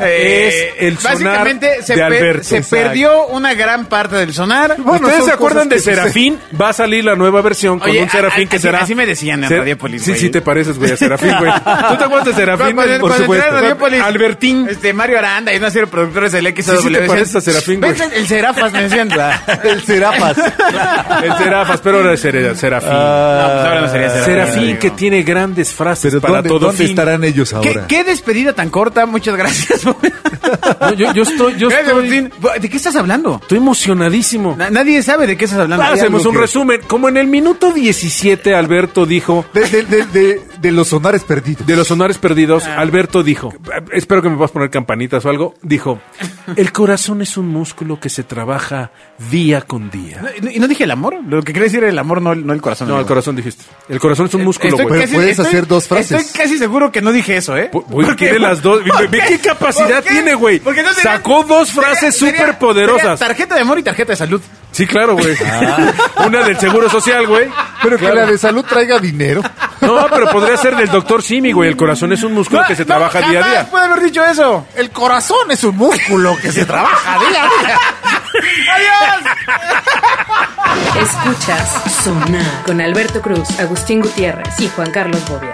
Speaker 1: Eh,
Speaker 3: Es el sonar
Speaker 1: Básicamente se,
Speaker 3: de
Speaker 1: per-
Speaker 3: Alberto.
Speaker 1: se
Speaker 3: Exacto.
Speaker 1: perdió una gran parte del sonar.
Speaker 2: Bueno,
Speaker 3: ¿Ustedes
Speaker 2: son
Speaker 3: se
Speaker 2: cosas
Speaker 3: acuerdan de
Speaker 2: que suceden.
Speaker 3: Serafín? Va a salir la nueva versión con
Speaker 1: Oye,
Speaker 3: un Serafín
Speaker 1: a-
Speaker 3: que
Speaker 1: así-
Speaker 3: será.
Speaker 1: así me decían en
Speaker 3: Ser-
Speaker 1: Radiopolis,
Speaker 3: Sí,
Speaker 1: güey.
Speaker 3: sí, te pareces, güey, a Serafín, güey. ¿Tú te acuerdas de Serafín?
Speaker 1: Cuando-
Speaker 3: Por
Speaker 1: cuando entré a
Speaker 3: supuesto.
Speaker 1: Radiopolis,
Speaker 3: Albertín.
Speaker 1: Este, Mario Aranda y no ser productores del XW.
Speaker 3: Sí, sí te pareces a Serafín, güey.
Speaker 1: El Serafas me decían.
Speaker 2: El Serafas.
Speaker 3: El Serafas, pero ahora es Sera- Serafín.
Speaker 1: No, pues ahora no sería Serafín.
Speaker 3: Serafín
Speaker 1: amigo.
Speaker 3: que tiene grandes frases
Speaker 2: Pero
Speaker 3: para
Speaker 2: ¿dónde,
Speaker 3: todo
Speaker 2: dónde
Speaker 3: fin.
Speaker 2: estarán ellos
Speaker 1: ¿Qué,
Speaker 2: ahora?
Speaker 1: qué despedida tan corta, muchas gracias.
Speaker 3: No, yo, yo estoy, yo
Speaker 1: Gracias,
Speaker 3: estoy,
Speaker 1: Agustín. ¿De qué estás hablando?
Speaker 3: estoy emocionadísimo.
Speaker 1: Na- nadie sabe de qué estás hablando.
Speaker 3: Ah, hacemos un
Speaker 2: que-
Speaker 3: resumen. Como en el minuto 17 Alberto dijo
Speaker 2: De, de- de- de- de los sonares perdidos.
Speaker 3: de los sonares perdidos,
Speaker 1: Ah.
Speaker 3: Alberto dijo, espero que me vas a poner campanitas o algo, dijo, el corazón es un músculo que se trabaja día con día.
Speaker 1: No, Y no dije el amor. Lo que quería decir era el amor, no el, no el corazón.
Speaker 3: No, el
Speaker 1: amigo.
Speaker 3: corazón dijiste. El corazón es un
Speaker 1: Eh,
Speaker 3: músculo,
Speaker 1: Estoy
Speaker 3: güey.
Speaker 2: Pero puedes hacer dos frases.
Speaker 1: Estoy casi seguro que no dije eso, ¿eh?
Speaker 3: Pu- güey, tiene las dos. Ve- ve qué capacidad tiene, güey.
Speaker 1: Porque no sería-
Speaker 3: Sacó dos
Speaker 1: sería-
Speaker 3: frases
Speaker 1: sería-
Speaker 3: superpoderosas.
Speaker 1: sería Tarjeta de amor y tarjeta de salud.
Speaker 3: Sí, claro, güey. Una del Seguro Social, güey.
Speaker 2: Ah. Pero
Speaker 3: Claro.
Speaker 2: que la de salud traiga dinero.
Speaker 3: No, pero podría ser del doctor Simi, güey. El corazón es un músculo
Speaker 1: No,
Speaker 3: que se
Speaker 1: no,
Speaker 3: trabaja día a
Speaker 1: jamás
Speaker 3: día.
Speaker 1: puede haber dicho eso.
Speaker 2: El corazón es un músculo que se trabaja día a día.
Speaker 1: ¡Adiós!
Speaker 5: Escuchas Sonar con Alberto Cruz, Agustín Gutiérrez y Juan Carlos Bobia.